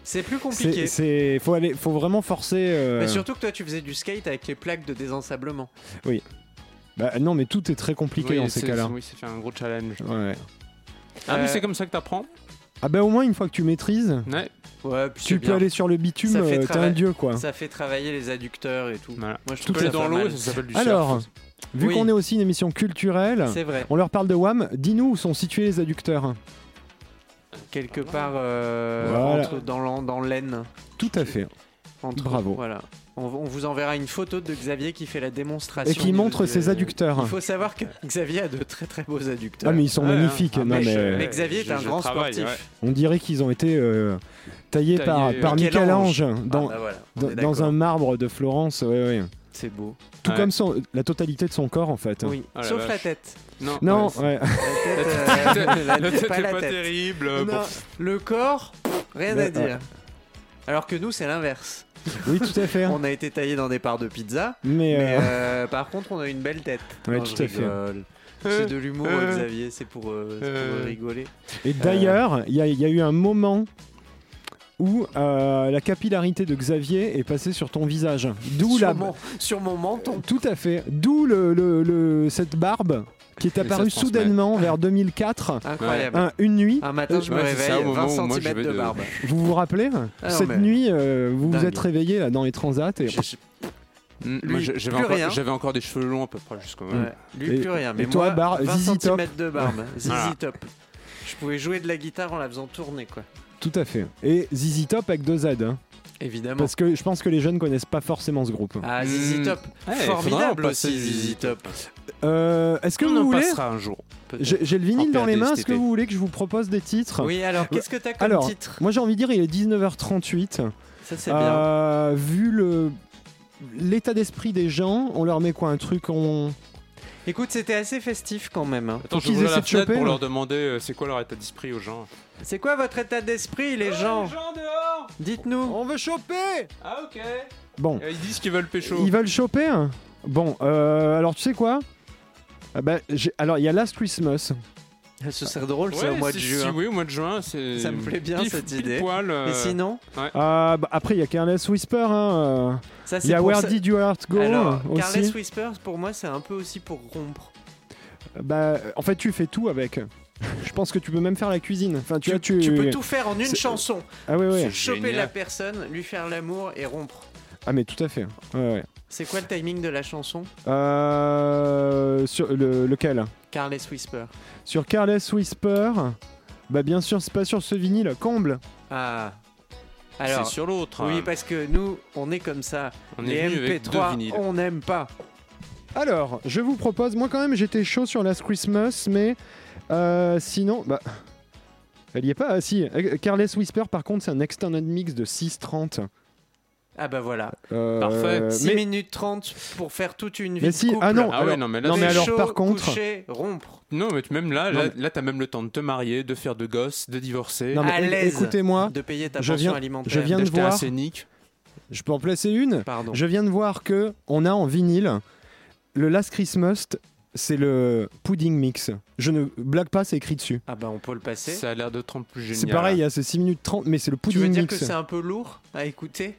Speaker 3: C'est plus
Speaker 2: C'est
Speaker 3: compliqué.
Speaker 2: c'est- faut aller, faut vraiment forcer. euh,
Speaker 3: Mais surtout que toi, tu faisais du skate avec les plaques de désensablement.
Speaker 2: bah, non, mais tout est très compliqué
Speaker 4: Oui,
Speaker 2: dans ces
Speaker 4: c'est-
Speaker 2: cas-là.
Speaker 4: Oui, c'est fait un gros challenge.
Speaker 2: Ouais.
Speaker 4: Ah,
Speaker 3: Euh,
Speaker 4: mais c'est comme ça que t'apprends.
Speaker 2: Ah bah au moins une fois que tu maîtrises,
Speaker 4: Ouais.
Speaker 3: Ouais, puis
Speaker 2: tu
Speaker 3: c'est
Speaker 2: peux
Speaker 3: bien.
Speaker 2: aller sur le bitume.
Speaker 3: Ça fait
Speaker 2: euh, T'es
Speaker 3: travail.
Speaker 2: un dieu quoi.
Speaker 3: Ça fait travailler les adducteurs et tout.
Speaker 4: Voilà.
Speaker 3: Moi, je
Speaker 4: Tu
Speaker 3: trouve
Speaker 4: peux aller
Speaker 3: ça
Speaker 4: dans
Speaker 3: pas
Speaker 4: l'eau,
Speaker 3: mal.
Speaker 4: ça s'appelle du
Speaker 2: Alors,
Speaker 4: surf.
Speaker 2: vu
Speaker 3: Oui.
Speaker 2: qu'on est aussi une émission culturelle,
Speaker 3: C'est vrai.
Speaker 2: on leur parle de Wham. Dis-nous où sont situés les adducteurs.
Speaker 3: Quelque part euh,
Speaker 2: Voilà.
Speaker 3: entre- dans l'en- dans l'aine.
Speaker 2: Tout à fait.
Speaker 3: Entre-
Speaker 2: Bravo.
Speaker 3: Voilà. On, on vous enverra une photo de Xavier qui fait la démonstration.
Speaker 2: Et qui
Speaker 3: de-
Speaker 2: montre
Speaker 3: de-
Speaker 2: ses
Speaker 3: Il
Speaker 2: adducteurs.
Speaker 3: faut savoir que Xavier a de très très beaux adducteurs.
Speaker 2: Ah mais ils sont
Speaker 4: Ouais, hein.
Speaker 2: magnifiques.
Speaker 4: Ah,
Speaker 2: non,
Speaker 3: mais,
Speaker 2: mais,
Speaker 4: je-
Speaker 3: mais Xavier est
Speaker 4: je-
Speaker 3: un
Speaker 4: je
Speaker 3: grand
Speaker 4: travaille,
Speaker 3: sportif.
Speaker 4: ouais.
Speaker 2: on dirait qu'ils ont été euh, taillés,
Speaker 4: Taillés,
Speaker 2: par,
Speaker 4: euh,
Speaker 2: par Michel-Ange
Speaker 3: Michel-Ange.
Speaker 2: dans,
Speaker 3: Ah, bah voilà, on
Speaker 2: dans-
Speaker 3: est
Speaker 2: dans un
Speaker 3: d'accord.
Speaker 2: marbre de Florence. ouais, ouais.
Speaker 3: C'est beau.
Speaker 2: Tout
Speaker 4: Ouais.
Speaker 2: comme son- la totalité de son corps en fait.
Speaker 3: Oui.
Speaker 4: Ah, la
Speaker 3: Sauf
Speaker 4: vache.
Speaker 3: la tête.
Speaker 4: Non.
Speaker 2: Non,
Speaker 4: ouais, c'est-
Speaker 2: ouais.
Speaker 3: La tête, euh, la-
Speaker 4: La tête
Speaker 3: pas
Speaker 4: est
Speaker 3: la
Speaker 4: pas
Speaker 3: tête.
Speaker 4: terrible.
Speaker 3: Non,
Speaker 4: Bon.
Speaker 3: Le corps, pff, rien
Speaker 2: Mais,
Speaker 3: à dire. Alors que nous, c'est l'inverse.
Speaker 2: oui, tout à fait.
Speaker 3: On a été taillé dans des parts de pizza,
Speaker 2: Mais,
Speaker 3: mais
Speaker 2: euh,
Speaker 3: euh, par contre, on a une belle tête.
Speaker 2: Ouais,
Speaker 3: Non,
Speaker 2: tout
Speaker 3: je
Speaker 2: à fait.
Speaker 3: rigole. C'est de l'humour,
Speaker 4: Euh,
Speaker 3: Xavier, c'est pour, euh, c'est pour
Speaker 4: euh.
Speaker 3: rigoler.
Speaker 2: et d'ailleurs, il y, a- il y a eu un moment où euh, la capillarité de Xavier est passée sur ton visage. D'où la.
Speaker 3: sur mon menton.
Speaker 2: Tout à fait. D'où le, le- le- cette barbe qui est
Speaker 4: ça
Speaker 2: apparue
Speaker 4: se
Speaker 3: Ah.
Speaker 4: transmet.
Speaker 2: soudainement vers 2004.
Speaker 3: Incroyable.
Speaker 2: Un- une nuit,
Speaker 3: Un matin, je me
Speaker 4: Ouais, c'est ça,
Speaker 3: réveille,
Speaker 4: au
Speaker 3: 20
Speaker 4: moment où moi,
Speaker 3: cm
Speaker 4: je vais
Speaker 3: de
Speaker 4: de-
Speaker 3: barbe.
Speaker 2: vous vous rappelez
Speaker 3: Ah non,
Speaker 2: Cette
Speaker 3: mais-
Speaker 2: nuit, euh, vous vous
Speaker 3: Dingue.
Speaker 2: êtes réveillé là dans les transats et
Speaker 3: Je- je-
Speaker 4: Mm,
Speaker 3: Lui,
Speaker 4: moi, je-
Speaker 3: plus
Speaker 4: J'avais encore,
Speaker 3: rien.
Speaker 4: j'avais encore des cheveux longs à peu près jusqu'au.
Speaker 3: ouais, Lui,
Speaker 2: Et-
Speaker 3: plus rien.
Speaker 2: et
Speaker 3: Mais
Speaker 2: toi,
Speaker 3: moi,
Speaker 2: bar-
Speaker 3: 20
Speaker 2: Zizi Top.
Speaker 3: cm de barbe. Zizi
Speaker 4: Voilà.
Speaker 3: top. Je pouvais jouer de la guitare en la faisant tourner, quoi.
Speaker 2: tout à fait. Et ZZ Top avec deux Z, hein,
Speaker 3: Évidemment.
Speaker 2: parce que je pense que les jeunes connaissent pas forcément ce groupe.
Speaker 3: Ah, Zizi
Speaker 4: Hmm.
Speaker 3: Top.
Speaker 4: Ouais, faudra en
Speaker 3: Formidable
Speaker 4: passer
Speaker 3: aussi,
Speaker 4: Zizi
Speaker 3: Zizi Top.
Speaker 2: Euh, Est-ce que
Speaker 4: On
Speaker 2: vous
Speaker 4: en
Speaker 2: voulez
Speaker 4: passera un jour. peut-être.
Speaker 2: J'ai j'ai le vinyle
Speaker 4: En
Speaker 2: dans les mains.
Speaker 4: PRDSTT.
Speaker 2: Est-ce que vous voulez que je vous propose des titres
Speaker 3: Oui, alors, qu'est-ce que t'as comme
Speaker 2: Alors,
Speaker 3: titre
Speaker 2: Moi j'ai envie de dire il est 19h38.
Speaker 3: Ça, c'est bien.
Speaker 2: Euh, vu le l'état d'esprit des gens, on leur met quoi un truc on
Speaker 3: Écoute, c'était assez festif quand même. hein.
Speaker 4: Attends, je
Speaker 2: qu'ils
Speaker 4: vais
Speaker 2: essaient
Speaker 4: ouvrir la
Speaker 2: de
Speaker 4: fenêtre
Speaker 2: choper,
Speaker 4: pour
Speaker 2: là.
Speaker 4: leur demander euh, c'est quoi leur état d'esprit aux gens.
Speaker 3: C'est quoi votre état d'esprit, les gens
Speaker 4: dehors
Speaker 3: Dites-nous.
Speaker 2: veut choper.
Speaker 4: Ah, ok.
Speaker 2: Bon,
Speaker 4: Ils disent qu'ils veulent pécho.
Speaker 2: ils veulent choper. hein Bon, euh, alors tu sais quoi Ah ben, j'ai- alors il y a Last Christmas. Oh,
Speaker 3: Ce serait drôle,
Speaker 4: Ouais,
Speaker 3: c'est au mois de
Speaker 4: si-
Speaker 3: juin.
Speaker 4: Si oui, au mois de juin, c'est.
Speaker 3: Ça me plaît bien,
Speaker 4: pile-
Speaker 3: cette
Speaker 4: pile
Speaker 3: idée.
Speaker 4: poil, euh,
Speaker 3: Et sinon,
Speaker 2: Ah, bah, après il y a Careless Whisper. hein, euh,
Speaker 3: ça
Speaker 2: Il y
Speaker 3: c'est
Speaker 2: a
Speaker 3: pour
Speaker 2: Where
Speaker 3: ça-
Speaker 2: Did Your Heart Go
Speaker 3: Alors,
Speaker 2: euh, aussi.
Speaker 3: Carless Whispers, pour moi, c'est un peu aussi pour rompre.
Speaker 2: Bah, en fait tu fais tout avec. Je pense que tu peux même faire la cuisine. Enfin tu vois, tu,
Speaker 3: Tu peux tout faire en une
Speaker 2: C'est-
Speaker 3: chanson.
Speaker 2: Ah ouais ouais.
Speaker 4: C'est
Speaker 3: Choper
Speaker 4: génial.
Speaker 3: la personne, lui faire l'amour et rompre.
Speaker 2: Ah mais tout à fait. Ouais, ouais.
Speaker 3: C'est quoi le timing de la chanson
Speaker 2: Euh, sur le, lequel
Speaker 3: Carless Whisper.
Speaker 2: Sur Careless Whisper. Bah bien sûr, c'est pas sur ce vinyle, comble.
Speaker 3: Ah.
Speaker 4: C'est
Speaker 3: Alors,
Speaker 4: sur l'autre.
Speaker 3: oui, bah,
Speaker 4: hein.
Speaker 3: parce que nous, on est comme ça.
Speaker 4: On est
Speaker 3: Les
Speaker 4: venu avec deux
Speaker 3: MP3,
Speaker 4: vinyles.
Speaker 3: on n'aime pas.
Speaker 2: Alors, je vous propose, moi quand même j'étais chaud sur Last Christmas, mais euh, sinon, bah... Elle y est pas, ah, si. euh, Careless Whisper, par contre, c'est un extended mix de 6.30.
Speaker 3: Ah bah voilà.
Speaker 2: Euh,
Speaker 4: Parfait.
Speaker 3: 6
Speaker 2: Mais,
Speaker 3: minutes 30 pour faire toute une vie
Speaker 2: mais
Speaker 3: de
Speaker 2: si,
Speaker 3: couple.
Speaker 2: ah non,
Speaker 4: Ah
Speaker 2: alors-
Speaker 4: ouais, non, mais là,
Speaker 2: non,
Speaker 4: c'est
Speaker 2: mais alors
Speaker 3: Chaud,
Speaker 2: par contre...
Speaker 3: coucher, rompre.
Speaker 4: Non, mais tu- même là,
Speaker 2: Non,
Speaker 4: là, là, t'as même le temps de te marier, de faire de gosses, de divorcer.
Speaker 2: Non, mais
Speaker 3: à l'aise.
Speaker 2: écoutez-moi,
Speaker 3: De payer ta
Speaker 2: je
Speaker 3: pension
Speaker 2: viens-
Speaker 3: alimentaire.
Speaker 2: je viens de
Speaker 4: d'acheter un
Speaker 2: voir,
Speaker 4: scénic.
Speaker 2: je peux en placer une
Speaker 3: Pardon.
Speaker 2: Je viens de voir que on a en vinyle le Last Christmas, c'est le Pudding Mix. Je ne blague pas, c'est écrit dessus.
Speaker 3: Ah bah on peut le passer.
Speaker 4: Ça a l'air de trente plus génial.
Speaker 2: C'est pareil, hein, c'est 6 minutes 30, mais c'est le
Speaker 3: Tu
Speaker 2: Pudding
Speaker 3: veux dire que
Speaker 2: Mix.
Speaker 3: c'est un peu lourd à écouter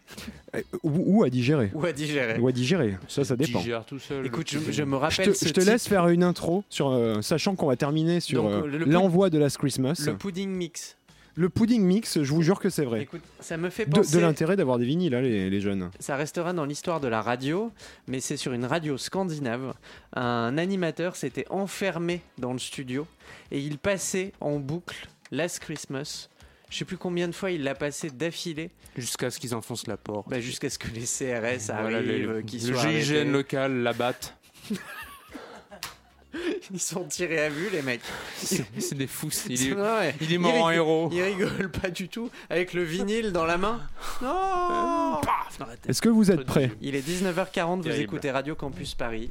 Speaker 2: Euh, Ou, ou à digérer.
Speaker 3: ou à digérer
Speaker 2: Ou à digérer, ça, ça dépend.
Speaker 4: Digère tout seul.
Speaker 3: Écoute, je, je
Speaker 4: me
Speaker 3: me
Speaker 2: Je te,
Speaker 3: rappelle ce
Speaker 2: je te
Speaker 3: titre,
Speaker 2: laisse faire une intro, sur, euh, sachant qu'on va terminer sur
Speaker 3: Donc,
Speaker 2: euh,
Speaker 3: le pud-
Speaker 2: l'envoi de Last Christmas.
Speaker 3: le
Speaker 2: Le,
Speaker 3: pudding mix.
Speaker 2: Pudding Mix, je vous jure que c'est vrai.
Speaker 3: Écoute, ça me fait
Speaker 2: De, de
Speaker 3: penser.
Speaker 2: l'intérêt d'avoir des vinyles, là, les, les jeunes.
Speaker 3: ça restera dans l'histoire de la radio, mais c'est sur une radio scandinave. Un animateur s'était enfermé dans le studio et il passait en boucle Last Christmas. Je sais plus combien de fois il l'a passé d'affilée,
Speaker 4: Jusqu'à ce qu'ils enfoncent la porte.
Speaker 3: bah, jusqu'à ce que les CRS
Speaker 4: Voilà, les-
Speaker 3: arrivent,
Speaker 4: le,
Speaker 3: euh, qu'ils
Speaker 4: le
Speaker 3: soient
Speaker 4: GIGN
Speaker 3: arrêtés.
Speaker 4: local la batte.
Speaker 3: Ils sont tirés à vue les mecs.
Speaker 4: C'est c'est des fous. Il est,
Speaker 3: Ouais.
Speaker 4: il est mort en E
Speaker 3: rig-
Speaker 4: héros.
Speaker 3: Il rigole pas du tout avec le vinyle dans la main. Non Paf dans la tête.
Speaker 2: Est-ce que vous êtes prêts
Speaker 3: Il est 19h40, vous
Speaker 4: Terrible.
Speaker 3: écoutez Radio Campus Paris.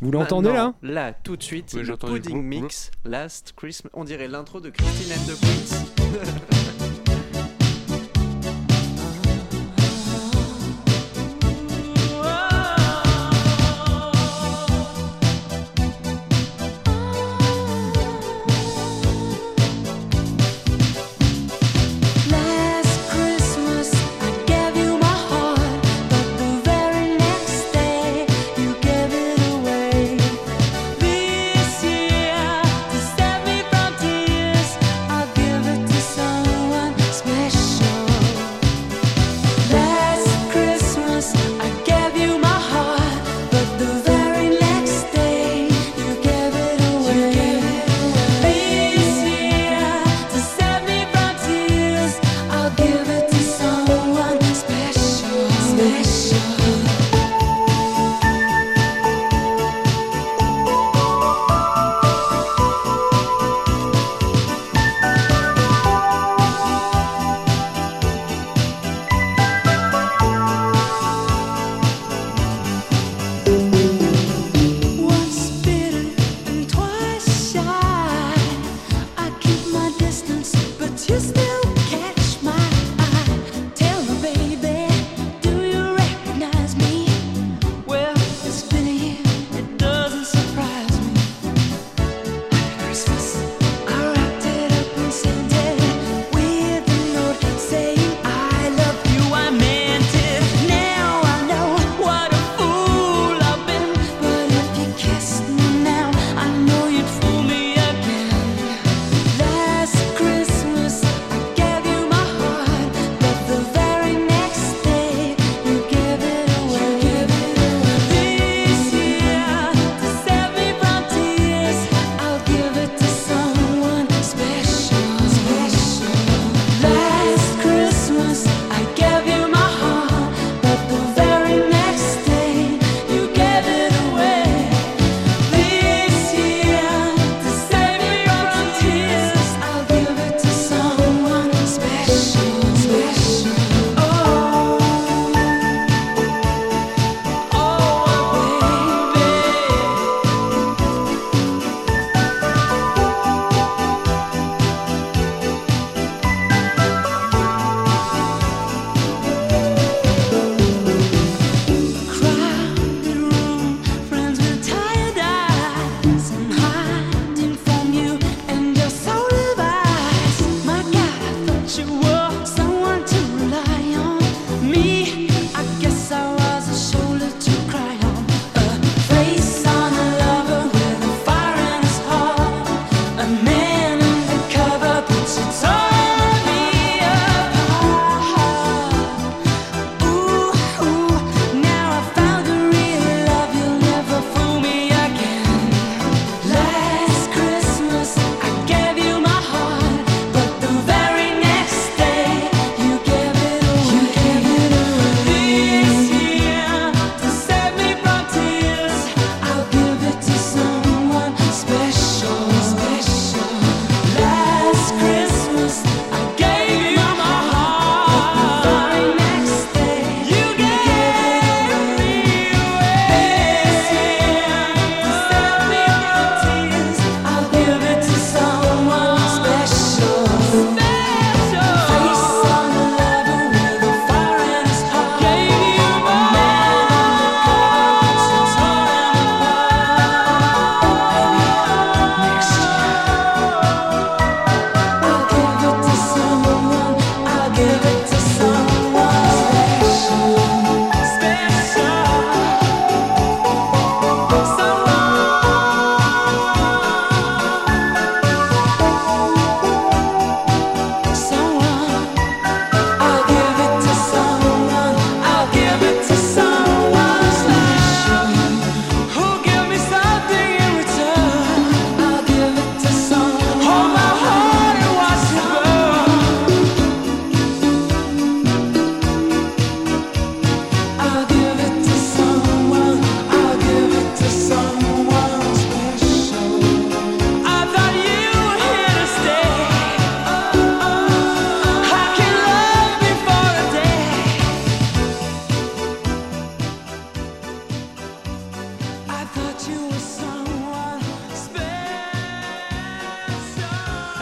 Speaker 2: Vous l'entendez là
Speaker 3: Maintenant, Là, tout de suite,
Speaker 4: Oui,
Speaker 3: le
Speaker 4: j'entends du
Speaker 3: Pudding
Speaker 4: bloup, bloup.
Speaker 3: Mix Last Christmas. On dirait l'intro de Christine and the Queens.
Speaker 7: Last Christmas I gave you my heart, but the very next day you gave it away. This year to save me from tears, I'll give it to someone
Speaker 5: Oh, oh,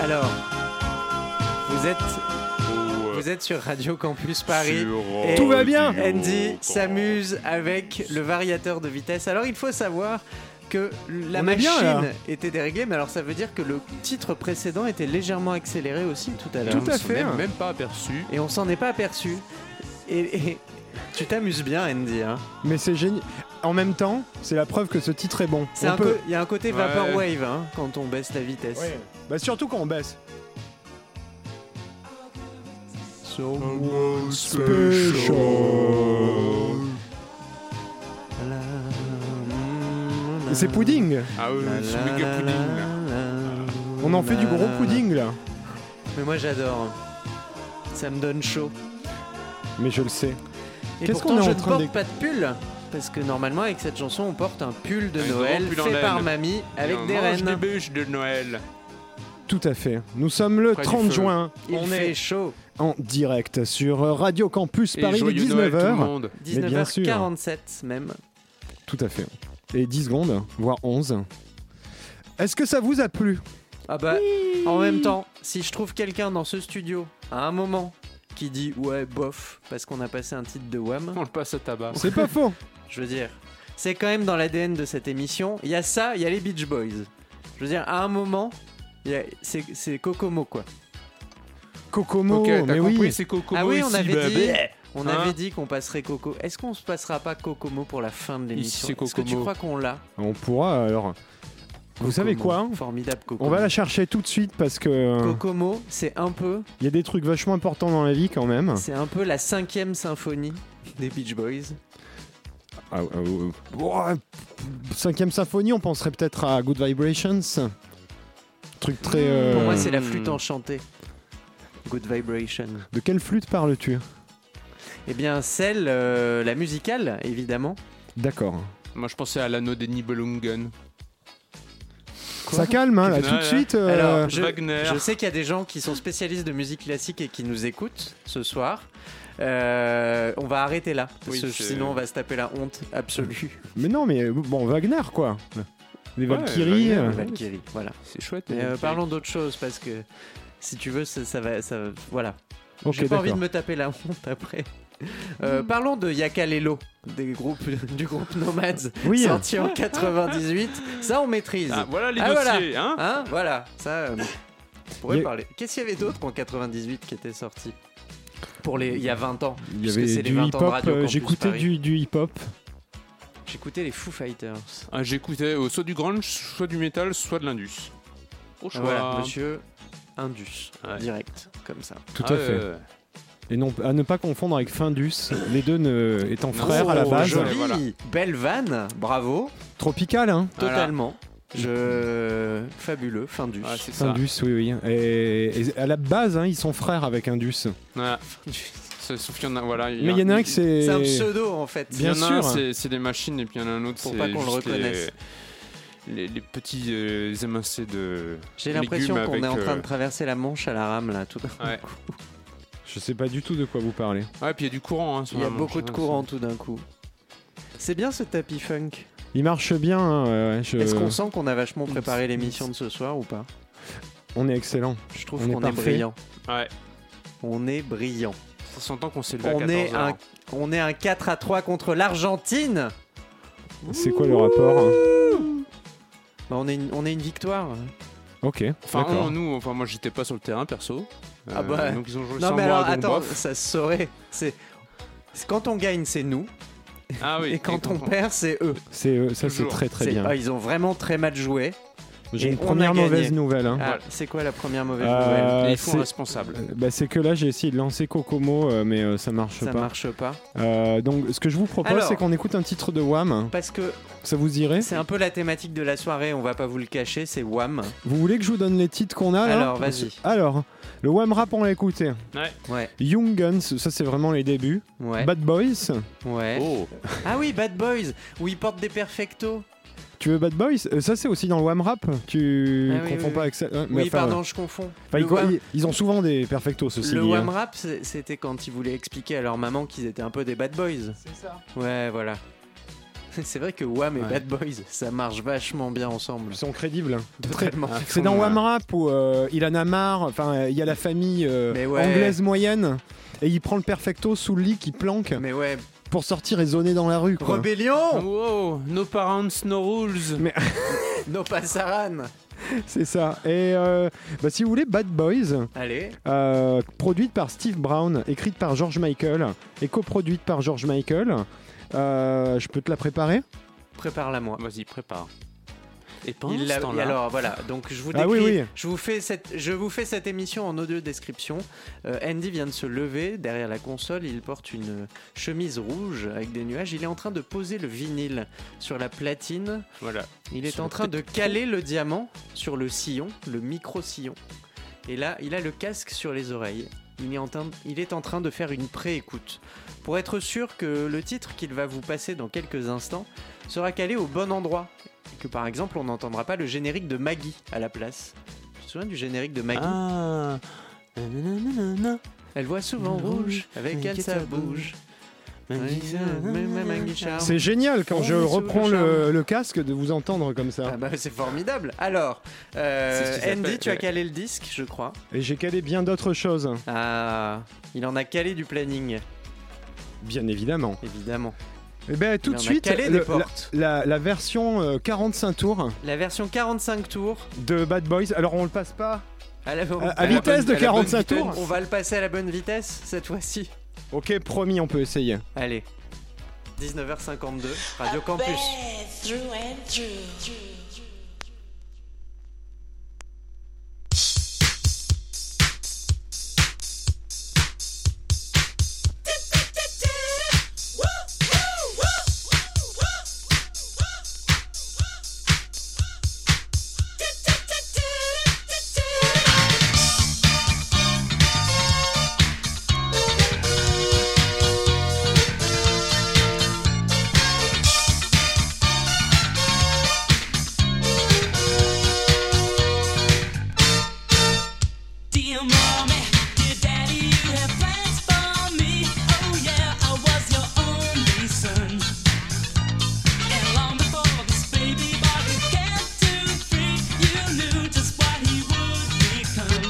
Speaker 3: Alors, vous êtes,
Speaker 4: Oh, euh,
Speaker 3: vous êtes sur Radio Campus Paris.
Speaker 4: sur, euh,
Speaker 3: Et-
Speaker 2: Tout va bien.
Speaker 4: Radio
Speaker 3: Andy
Speaker 4: Campus.
Speaker 3: s'amuse avec le variateur de vitesse. Alors il faut savoir que la
Speaker 2: On est
Speaker 3: machine
Speaker 2: bien, là.
Speaker 3: était déréglée, mais alors ça veut dire que le titre précédent était légèrement accéléré aussi tout à hein. l'heure.
Speaker 2: Tout à
Speaker 4: On s'en est
Speaker 2: fait.
Speaker 4: même pas aperçu.
Speaker 3: Et on s'en est pas aperçu. Et, et- tu t'amuses bien, Andy. hein.
Speaker 2: Mais c'est génial. En même temps, c'est la preuve que ce titre est bon.
Speaker 3: C'est
Speaker 2: On
Speaker 3: un
Speaker 2: peut-
Speaker 3: co- Il y a un côté
Speaker 4: Ouais.
Speaker 3: vaporwave hein, quand on baisse la vitesse.
Speaker 2: Ouais. Bah surtout quand on baisse. Euh, Et C'est pudding.
Speaker 4: Ah oui,
Speaker 3: La,
Speaker 4: c'est
Speaker 3: la,
Speaker 4: méga
Speaker 3: la,
Speaker 4: pudding. là.
Speaker 3: la,
Speaker 2: On en fait du
Speaker 3: la,
Speaker 2: gros
Speaker 3: la,
Speaker 2: pudding là.
Speaker 3: Mais moi j'adore. Ça me donne chaud.
Speaker 2: Mais je le sais.
Speaker 3: Et
Speaker 2: Qu'est-ce
Speaker 3: pourtant,
Speaker 2: qu'on est
Speaker 3: je
Speaker 2: en
Speaker 3: ne
Speaker 2: train
Speaker 3: porte
Speaker 2: d'éc-
Speaker 3: pas de pull parce que normalement avec cette chanson on porte un pull de
Speaker 4: Un grand
Speaker 3: Noël
Speaker 4: pull en
Speaker 3: fait
Speaker 4: laine.
Speaker 3: par mamie
Speaker 4: Et
Speaker 3: avec
Speaker 4: on
Speaker 3: des
Speaker 4: mange des
Speaker 3: rennes.
Speaker 4: bûches de Noël.
Speaker 2: Tout à fait. Nous sommes le
Speaker 4: Près du
Speaker 2: 30
Speaker 4: feu.
Speaker 2: juin.
Speaker 3: Il
Speaker 2: on
Speaker 3: fait
Speaker 2: est
Speaker 3: chaud.
Speaker 2: en direct sur Radio Campus
Speaker 4: Et
Speaker 2: Paris de
Speaker 4: joyeux Noël, tout le
Speaker 2: 19h.
Speaker 4: monde.
Speaker 2: Mais bien sûr.
Speaker 3: 19h47 même.
Speaker 2: Tout à fait. Et 10 secondes, voire 11. Est-ce que ça vous a plu
Speaker 3: Ah bah en même temps, si je trouve quelqu'un dans ce studio à un moment qui dit ouais bof parce qu'on a passé un titre de Wham,
Speaker 4: On le passe à tabac.
Speaker 2: C'est pas faux.
Speaker 3: je veux dire, c'est quand même dans l'ADN de cette émission. Il y a ça, il y a les Beach Boys. Je veux dire à un moment, il y a- c'est c'est Kokomo quoi.
Speaker 2: Kokomo,
Speaker 4: ok, t'as
Speaker 2: mais
Speaker 4: compris,
Speaker 2: oui.
Speaker 4: c'est Coco
Speaker 3: ah oui, on
Speaker 4: aussi,
Speaker 3: avait
Speaker 4: bah,
Speaker 3: dit,
Speaker 4: bah.
Speaker 3: on
Speaker 4: Hein
Speaker 3: avait dit qu'on passerait Coco. Est-ce qu'on se passera pas Kokomo pour la fin de
Speaker 4: Ici,
Speaker 3: l'émission
Speaker 4: c'est
Speaker 3: Est-ce que tu
Speaker 4: Kokomo.
Speaker 3: crois qu'on l'a
Speaker 2: On pourra alors. Vous savez
Speaker 3: Kokomo.
Speaker 2: quoi hein
Speaker 3: Formidable Kokomo.
Speaker 2: On va la chercher tout de suite parce que euh,
Speaker 3: Kokomo, c'est un peu,
Speaker 2: il y a des trucs vachement importants dans la vie quand même.
Speaker 3: c'est un peu la cinquième symphonie des Beach Boys.
Speaker 2: Ah, ah, ouais. Ouah, cinquième symphonie, on penserait peut-être à Good Vibrations. Truc très. euh,
Speaker 3: Mmh. Pour moi, c'est la flûte enchantée. Good Vibration.
Speaker 2: De quelle flûte parles-tu
Speaker 3: Eh bien, celle, euh, la musicale, évidemment.
Speaker 2: D'accord.
Speaker 4: Moi, je pensais à l'anneau des Nibelungen.
Speaker 2: Ça calme, hein, là,
Speaker 4: Ouais,
Speaker 2: tout de
Speaker 4: ouais.
Speaker 2: suite. euh,
Speaker 3: Alors, je,
Speaker 4: Wagner.
Speaker 3: je sais qu'il y a des gens qui sont spécialistes de musique classique et qui nous écoutent ce soir. Euh, on va arrêter là, parce
Speaker 4: Oui,
Speaker 3: que
Speaker 4: c'est-
Speaker 3: sinon on va se taper la honte absolue.
Speaker 2: Mais non, mais bon, Wagner, quoi. Les
Speaker 4: Ouais,
Speaker 2: Valkyries.
Speaker 4: Wagner,
Speaker 2: euh,
Speaker 3: Valkyrie, voilà.
Speaker 4: C'est chouette.
Speaker 3: Mais
Speaker 4: les
Speaker 3: euh,
Speaker 4: Nibelungen.
Speaker 3: parlons d'autre chose, parce que si tu veux, ça, ça va, ça, va- voilà.
Speaker 2: ok,
Speaker 3: J'ai pas envie de
Speaker 2: d'accord.
Speaker 3: me taper la honte après. Euh, parlons de Yakalelo, des groupes, du groupe Nomads,
Speaker 2: Oui.
Speaker 3: sorti en 98. Ça, on maîtrise.
Speaker 4: Ah, voilà les
Speaker 3: Ah, voilà.
Speaker 4: dossiers, hein
Speaker 3: Hein Voilà, ça, euh, on pourrait
Speaker 2: Il y a-
Speaker 3: parler. Qu'est-ce qu'il y avait d'autre en 98 qui était sorti pour les, il y a 20 ans
Speaker 2: Il y
Speaker 3: puisque
Speaker 2: avait
Speaker 3: c'est les
Speaker 2: du
Speaker 3: 20 ans de
Speaker 2: hip-hop.
Speaker 3: Radio
Speaker 2: euh,
Speaker 3: Campus
Speaker 2: J'écoutais
Speaker 3: Paris.
Speaker 2: du, du hip-hop.
Speaker 3: J'écoutais les Foo Fighters.
Speaker 4: Ah, J'écoutais euh, soit du grunge, soit du métal, soit de l'indus. Au
Speaker 3: Ah,
Speaker 4: choix.
Speaker 3: Voilà, monsieur Indus,
Speaker 4: Ouais.
Speaker 3: direct, comme ça.
Speaker 2: Tout
Speaker 4: Ah,
Speaker 2: à fait.
Speaker 4: ouais.
Speaker 2: Et non, à ne pas confondre avec Findus, les deux ne, étant frères à la
Speaker 3: Oh,
Speaker 2: base.
Speaker 3: joli,
Speaker 4: Voilà.
Speaker 3: belle vanne, bravo,
Speaker 2: Tropical, hein
Speaker 4: Voilà.
Speaker 3: totalement. Je fabuleux, Findus.
Speaker 4: Ah, c'est ça.
Speaker 2: Findus, oui, oui. Et, et à la base, hein, ils sont frères avec Indus.
Speaker 4: Voilà. Ça, Sauf qu'il y en a, voilà.
Speaker 2: Mais il y en a un qui c'est.
Speaker 3: C'est un pseudo en fait.
Speaker 2: Bien
Speaker 4: il y en a un,
Speaker 2: sûr.
Speaker 4: c'est- c'est des machines, et puis il y en a un autre,
Speaker 3: Pour
Speaker 4: c'est
Speaker 3: pas qu'on le
Speaker 4: juste les-
Speaker 3: reconnaisse.
Speaker 4: Les, les petits euh, émincés de.
Speaker 3: J'ai l'impression
Speaker 4: légumes
Speaker 3: qu'on
Speaker 4: avec,
Speaker 3: est en train de
Speaker 4: euh,
Speaker 3: traverser la Manche à la rame là. Tout...
Speaker 4: Ouais.
Speaker 2: Je sais pas du tout de quoi vous parlez.
Speaker 4: Ouais, puis il y a du courant. Hein, sur
Speaker 3: Il y a
Speaker 4: la
Speaker 3: beaucoup
Speaker 4: manche,
Speaker 3: de
Speaker 4: hein,
Speaker 3: courant tout d'un coup. C'est bien ce tapis funk.
Speaker 2: Il marche bien. hein, ouais, ouais, je-
Speaker 3: Est-ce qu'on sent qu'on a vachement préparé l'émission de ce soir ou pas
Speaker 2: On est excellent.
Speaker 3: Je trouve
Speaker 2: On est
Speaker 3: qu'on est,
Speaker 2: parfait.
Speaker 3: brillant.
Speaker 4: ça. Ouais.
Speaker 3: On est brillant.
Speaker 4: Ça s'entend qu'on s'est levé
Speaker 3: On
Speaker 4: à
Speaker 3: est,
Speaker 4: 14 heures.
Speaker 3: un, on est un 4 à 3 contre l'Argentine.
Speaker 2: C'est quoi le rapport hein
Speaker 3: Bah, on, est une, on est une victoire.
Speaker 2: Ok,
Speaker 4: Enfin,
Speaker 2: d'accord.
Speaker 4: on, nous, enfin, moi j'étais pas sur le terrain perso. Euh,
Speaker 3: Ah bah.
Speaker 4: Donc ils ont joué
Speaker 3: Non
Speaker 4: sans
Speaker 3: mais
Speaker 4: moi,
Speaker 3: alors
Speaker 4: donc
Speaker 3: attends,
Speaker 4: bof.
Speaker 3: ça se saurait. C'est c'est quand on gagne c'est nous
Speaker 4: Ah oui.
Speaker 3: et quand on
Speaker 4: perd.
Speaker 3: perd c'est eux.
Speaker 2: C'est, euh, ça, c'est
Speaker 4: Toujours.
Speaker 2: très très
Speaker 3: C'est-
Speaker 2: bien.
Speaker 3: ah, ils ont vraiment très mal joué.
Speaker 2: J'ai
Speaker 3: et
Speaker 2: une
Speaker 3: on a
Speaker 2: première
Speaker 3: gagné.
Speaker 2: mauvaise nouvelle. hein.
Speaker 3: Ah, c'est quoi la première mauvaise nouvelle
Speaker 2: Euh,
Speaker 4: Ils
Speaker 2: c'est-
Speaker 4: font responsable.
Speaker 2: euh, bah, c'est que là j'ai essayé de lancer Kokomo euh, mais euh, ça marche
Speaker 3: Ça
Speaker 2: pas.
Speaker 3: marche pas
Speaker 2: Euh, donc ce que je vous propose
Speaker 3: Alors.
Speaker 2: c'est qu'on écoute un titre de Wham.
Speaker 3: parce que
Speaker 2: Ça vous irait
Speaker 3: c'est un peu la thématique de la soirée. On va pas vous le cacher, c'est Wham.
Speaker 2: Vous voulez que je vous donne les titres qu'on a là
Speaker 3: Alors, vas-y.
Speaker 2: Alors, le Wham Rap on l'a écouté.
Speaker 4: Ouais.
Speaker 3: Ouais.
Speaker 2: Young Guns, ça c'est vraiment les débuts.
Speaker 3: Ouais.
Speaker 2: Bad Boys.
Speaker 3: ouais.
Speaker 4: Oh.
Speaker 3: Ah oui, Bad Boys, où ils portent des perfectos.
Speaker 2: Tu veux Bad Boys Euh, Ça c'est aussi dans le Wham Rap. Tu
Speaker 3: Ah oui,
Speaker 2: confonds
Speaker 3: oui,
Speaker 2: pas
Speaker 3: oui.
Speaker 2: avec ça. Ouais, mais
Speaker 3: Oui,
Speaker 2: enfin,
Speaker 3: pardon,
Speaker 2: ouais.
Speaker 3: je confonds.
Speaker 2: Enfin,
Speaker 3: le
Speaker 2: ils, co-
Speaker 3: wham,
Speaker 2: ils- ils ont souvent des perfectos ceci
Speaker 3: le
Speaker 2: dit,
Speaker 3: wham
Speaker 2: hein.
Speaker 3: rap, c'est- c'était quand ils voulaient expliquer à leur maman qu'ils étaient un peu des bad boys. C'est ça. Ouais, voilà. C'est vrai que Wham et
Speaker 2: Ouais.
Speaker 3: Bad Boys, ça marche vachement bien ensemble.
Speaker 2: Ils sont crédibles.
Speaker 3: Totalement.
Speaker 2: C'est dans Wham Rap où euh, il en a marre, enfin euh, il y a la famille euh,
Speaker 3: Mais ouais.
Speaker 2: anglaise moyenne et il prend le perfecto sous le lit qui planque
Speaker 3: Mais ouais,
Speaker 2: pour sortir et zoner dans la rue. Quoi.
Speaker 3: Rebellion
Speaker 4: Wow, no parents, no rules.
Speaker 3: No Passaran
Speaker 2: C'est ça. Et euh, bah, si vous voulez, Bad Boys,
Speaker 3: Allez,
Speaker 2: euh, produite par Steve Brown, écrite par George Michael et coproduite par George Michael. Euh, je peux te la préparer
Speaker 3: prépare-la moi.
Speaker 4: Vas-y, prépare. Et
Speaker 3: Il l'a- et alors voilà, donc je vous
Speaker 2: Ah
Speaker 3: décris,
Speaker 2: oui, oui.
Speaker 3: je vous fais cette, je vous fais cette émission en audio description. Euh, Andy vient de se lever derrière la console, il porte une chemise rouge avec des nuages. Il est en train de poser le vinyle sur la platine.
Speaker 4: voilà.
Speaker 3: Il est
Speaker 4: Sur
Speaker 3: en
Speaker 4: le
Speaker 3: train de caler le diamant sur le sillon, le micro sillon. Et là, il a le casque sur les oreilles. Il est en train, il est en train de faire une pré-écoute pour être sûr que le titre qu'il va vous passer dans quelques instants sera calé au bon endroit. Et que par exemple, on n'entendra pas le générique de Maggie à la place. Tu te souviens du générique de Maggie
Speaker 4: Ah. Nananana.
Speaker 3: Elle voit souvent rouge, avec elle ça bouge.
Speaker 4: Maggie, ça-
Speaker 3: euh, Maggie Charm.
Speaker 2: C'est génial quand
Speaker 3: Oh,
Speaker 2: je
Speaker 3: mais sous le
Speaker 2: reprends le,
Speaker 3: charme.
Speaker 2: le casque de vous entendre comme ça.
Speaker 3: Ah bah, c'est formidable. Alors, euh,
Speaker 4: C'est ce qu'ils
Speaker 3: Andy,
Speaker 4: appellent-
Speaker 3: tu as
Speaker 4: ouais.
Speaker 3: calé le disque, je crois.
Speaker 2: Et j'ai calé bien d'autres choses,
Speaker 3: Ah, il en a calé du planning,
Speaker 2: bien évidemment.
Speaker 3: évidemment.
Speaker 2: Et ben tout
Speaker 3: Il
Speaker 2: de
Speaker 3: en a
Speaker 2: suite,
Speaker 3: calé
Speaker 2: le-
Speaker 3: des
Speaker 2: la,
Speaker 3: portes.
Speaker 2: la- la version euh, 45 tours
Speaker 3: La version 45 tours,
Speaker 2: de Bad Boys. Alors on le passe pas
Speaker 3: à la,
Speaker 2: à, à
Speaker 3: à la
Speaker 2: vitesse
Speaker 3: bonne-
Speaker 2: de
Speaker 3: à la bonne
Speaker 2: 45
Speaker 3: vitesse.
Speaker 2: tours.
Speaker 3: On va le passer à la bonne vitesse cette fois-ci.
Speaker 2: Ok, promis, on peut essayer.
Speaker 3: Allez. 19h52, Radio Campus.
Speaker 7: Through and through.
Speaker 5: Dear mommy, dear daddy, you have plans for me. Oh yeah, I was your only son. And long before this baby boy began to free, you knew just what he would become.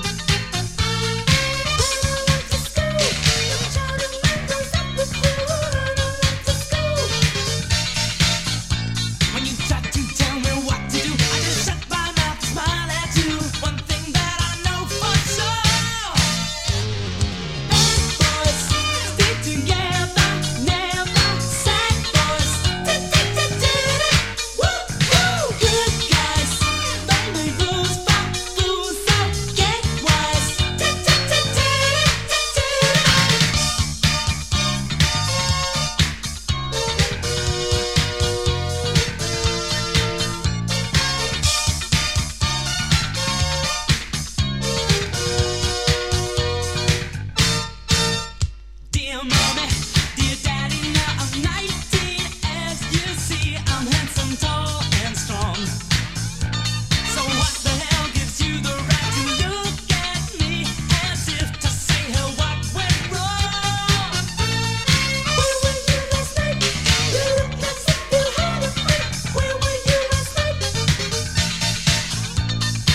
Speaker 5: When you try to tell me what to do, I just shut my mouth, smile at you. One thing that I know for sure. Bad boys stick together, never sad boys. Woo woo. Good guys don't make rules for fools, so get wise. Dear mommy, dear daddy, now I'm 19. As you see, I'm handsome, tall, and strong. So what the hell gives you the right to look at me as if to say, "Hell, what went wrong?"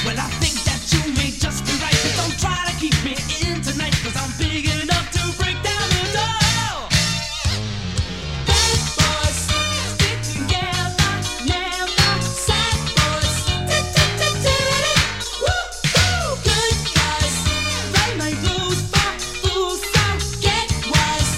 Speaker 5: Well, I think that you may just be right, but don't try to keep me in tonight, i I'm big enough to break down the door. Bad boys, stick together, never sad boys. Good guys, they may lose, but fools don't get wise.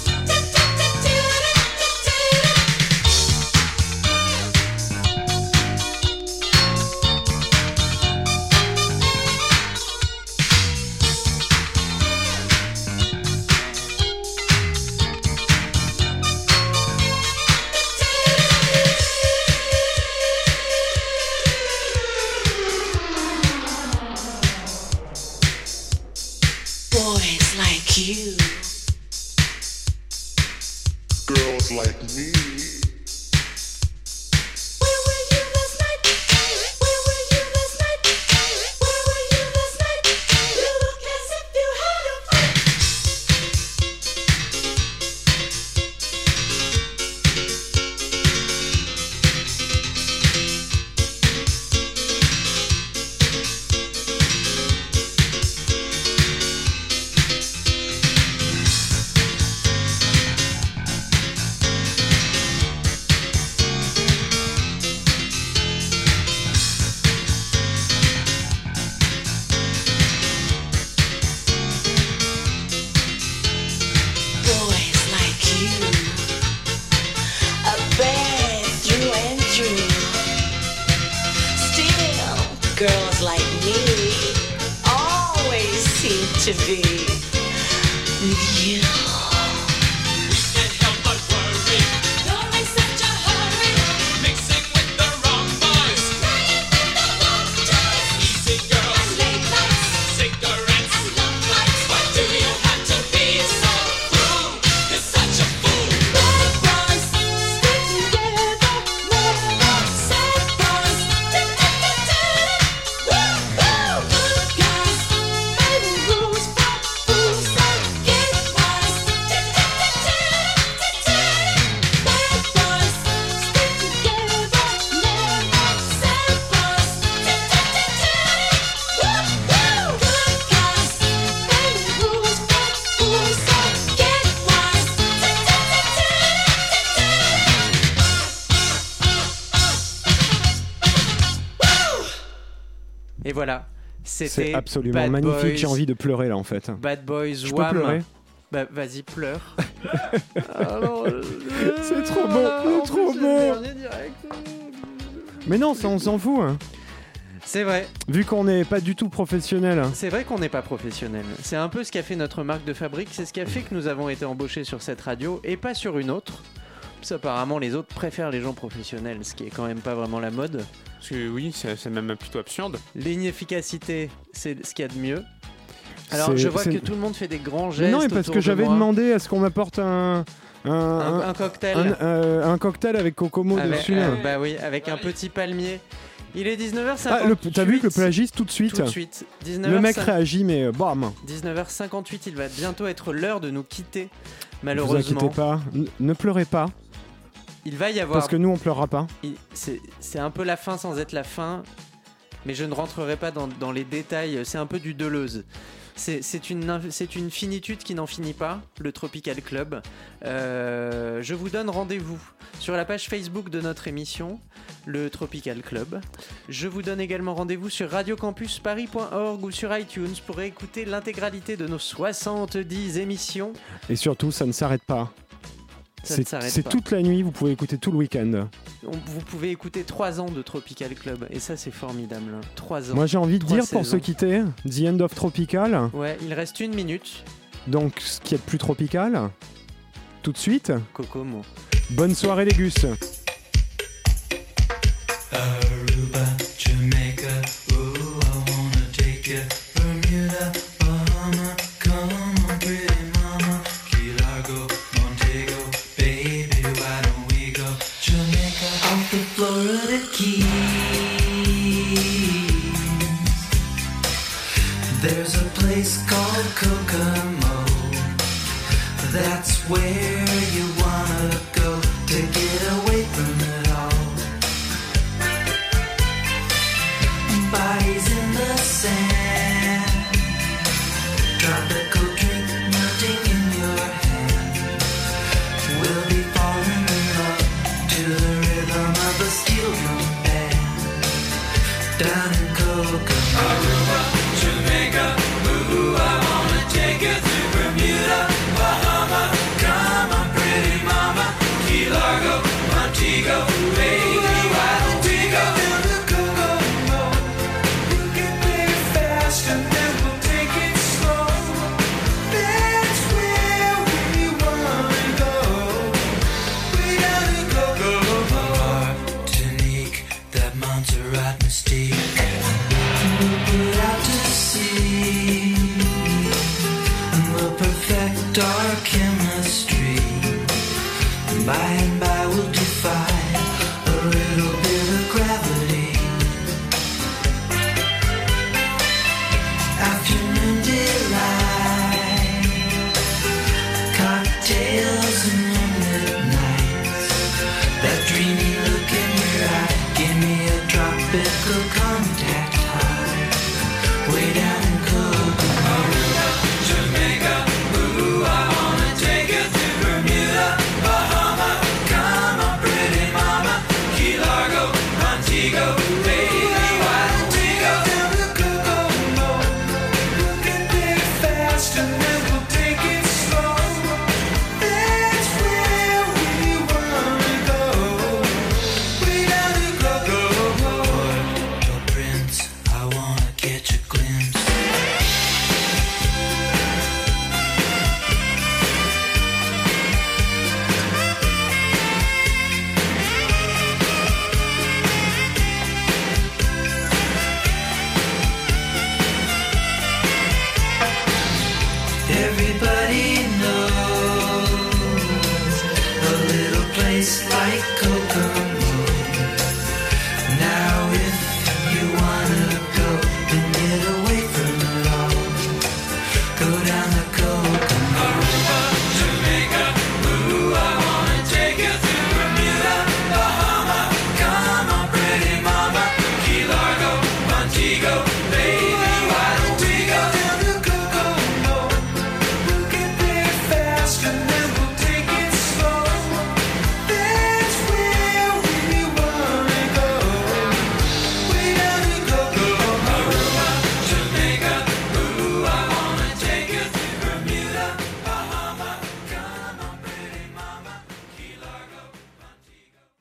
Speaker 7: Boys like you.
Speaker 8: girls like me.
Speaker 7: Where were you last night? Where were you last night? Where were you last night? You look as if you had a fight.
Speaker 5: to be with you. Don't make such a hurry. And late nights and long flights. Bad boys stick together. Never sad boys. Woo-hoo! Good guys making rules for fools and get wise. Bad boys stick together. Never sad boys. Woo-hoo! Good guys making rules for fools and get wise.
Speaker 3: Et voilà, c'était
Speaker 2: C'est absolument
Speaker 3: Bad
Speaker 2: magnifique,
Speaker 3: Boys,
Speaker 2: j'ai envie de pleurer là en fait.
Speaker 3: Bad Boys,
Speaker 2: Je peux
Speaker 3: Wham.
Speaker 2: pleurer
Speaker 3: Bah, vas-y, pleure. Alors, euh,
Speaker 2: C'est trop beau,
Speaker 3: voilà,
Speaker 2: c'est
Speaker 3: Ah, en
Speaker 2: trop
Speaker 3: plus,
Speaker 2: beau.
Speaker 3: le dernier direct.
Speaker 2: Mais non, ça on s'en fout, hein.
Speaker 3: C'est vrai,
Speaker 2: vu qu'on n'est pas du tout professionnel. hein.
Speaker 3: c'est vrai qu'on n'est pas professionnel. C'est un peu ce qu'a fait notre marque de fabrique, c'est ce qu'a fait que nous avons été embauchés sur cette radio et pas sur une autre. Parce apparemment, les autres préfèrent les gens professionnels, ce qui est quand même pas vraiment la mode.
Speaker 4: Parce que oui, c'est c'est même plutôt absurde.
Speaker 3: L'inefficacité, c'est ce qu'il y a de mieux. Alors,
Speaker 2: C'est-
Speaker 3: je vois
Speaker 2: c'est-
Speaker 3: que tout le monde fait des grands
Speaker 2: Mais
Speaker 3: gestes.
Speaker 2: non, mais parce
Speaker 3: autour
Speaker 2: que
Speaker 3: de
Speaker 2: j'avais
Speaker 3: moi.
Speaker 2: demandé à ce qu'on m'apporte un, un,
Speaker 3: un, un
Speaker 2: un-
Speaker 3: cocktail.
Speaker 2: un- euh, un cocktail avec Kokomo
Speaker 3: Avec-
Speaker 2: dessus.
Speaker 3: euh,
Speaker 2: hein.
Speaker 3: bah oui, avec un petit palmier. Il est 19h58.
Speaker 2: Ah, le- t'as vu que le plagiste tout de suite,
Speaker 3: Tout de suite. 19
Speaker 2: le mec réagit, mais euh, bam,
Speaker 3: 19h58, il va bientôt être l'heure de nous quitter.
Speaker 2: ne vous inquiétez
Speaker 3: Malheureusement,
Speaker 2: pas, n- ne pleurez pas,
Speaker 3: il va y avoir.
Speaker 2: parce que nous on pleurera pas.
Speaker 3: il- C'est c'est un peu la fin sans être la fin, mais je ne rentrerai pas dans, dans les détails. C'est un peu du Deleuze. C'est c'est une, inf- c'est une finitude qui n'en finit pas, le Tropical Club. Euh, je vous donne rendez-vous sur la page Facebook de notre émission, le Tropical Club. Je vous donne également rendez-vous sur radiocampusparis.org ou sur iTunes pour écouter l'intégralité de nos 70 émissions.
Speaker 2: Et surtout, ça ne s'arrête pas.
Speaker 3: Ça
Speaker 2: C'est-
Speaker 3: ne s'arrête
Speaker 2: C'est
Speaker 3: pas.
Speaker 2: toute la nuit, vous pouvez écouter tout le week-end.
Speaker 3: On- vous pouvez écouter 3 ans de Tropical Club et ça c'est formidable. 3 ans.
Speaker 2: Moi j'ai envie de
Speaker 3: Trois
Speaker 2: dire pour
Speaker 3: saisons.
Speaker 2: se quitter, The End of Tropical,
Speaker 3: Ouais, il reste une minute.
Speaker 2: donc ce qui est de plus tropical, tout de suite,
Speaker 3: Kokomo.
Speaker 2: bonne soirée les gus.
Speaker 9: Aruba, Jamaica, ooh, I wanna take you. Bermuda, Bahama, come on, pretty mama. Key Largo, Montego, baby, why don't we go? Jamaica, off the Florida Keys. There's a place called Kokomo. That's where you wanna go to get away from it all. Bodies in the sand. Tropical drink melting in your hand. We'll be falling in love to the rhythm of a steel drum band. Down in Coco. Aruba, Jamaica, ooh, I wanna take you to Bermuda, Bahama. Come on, pretty mama, Key Largo, Montego. everybody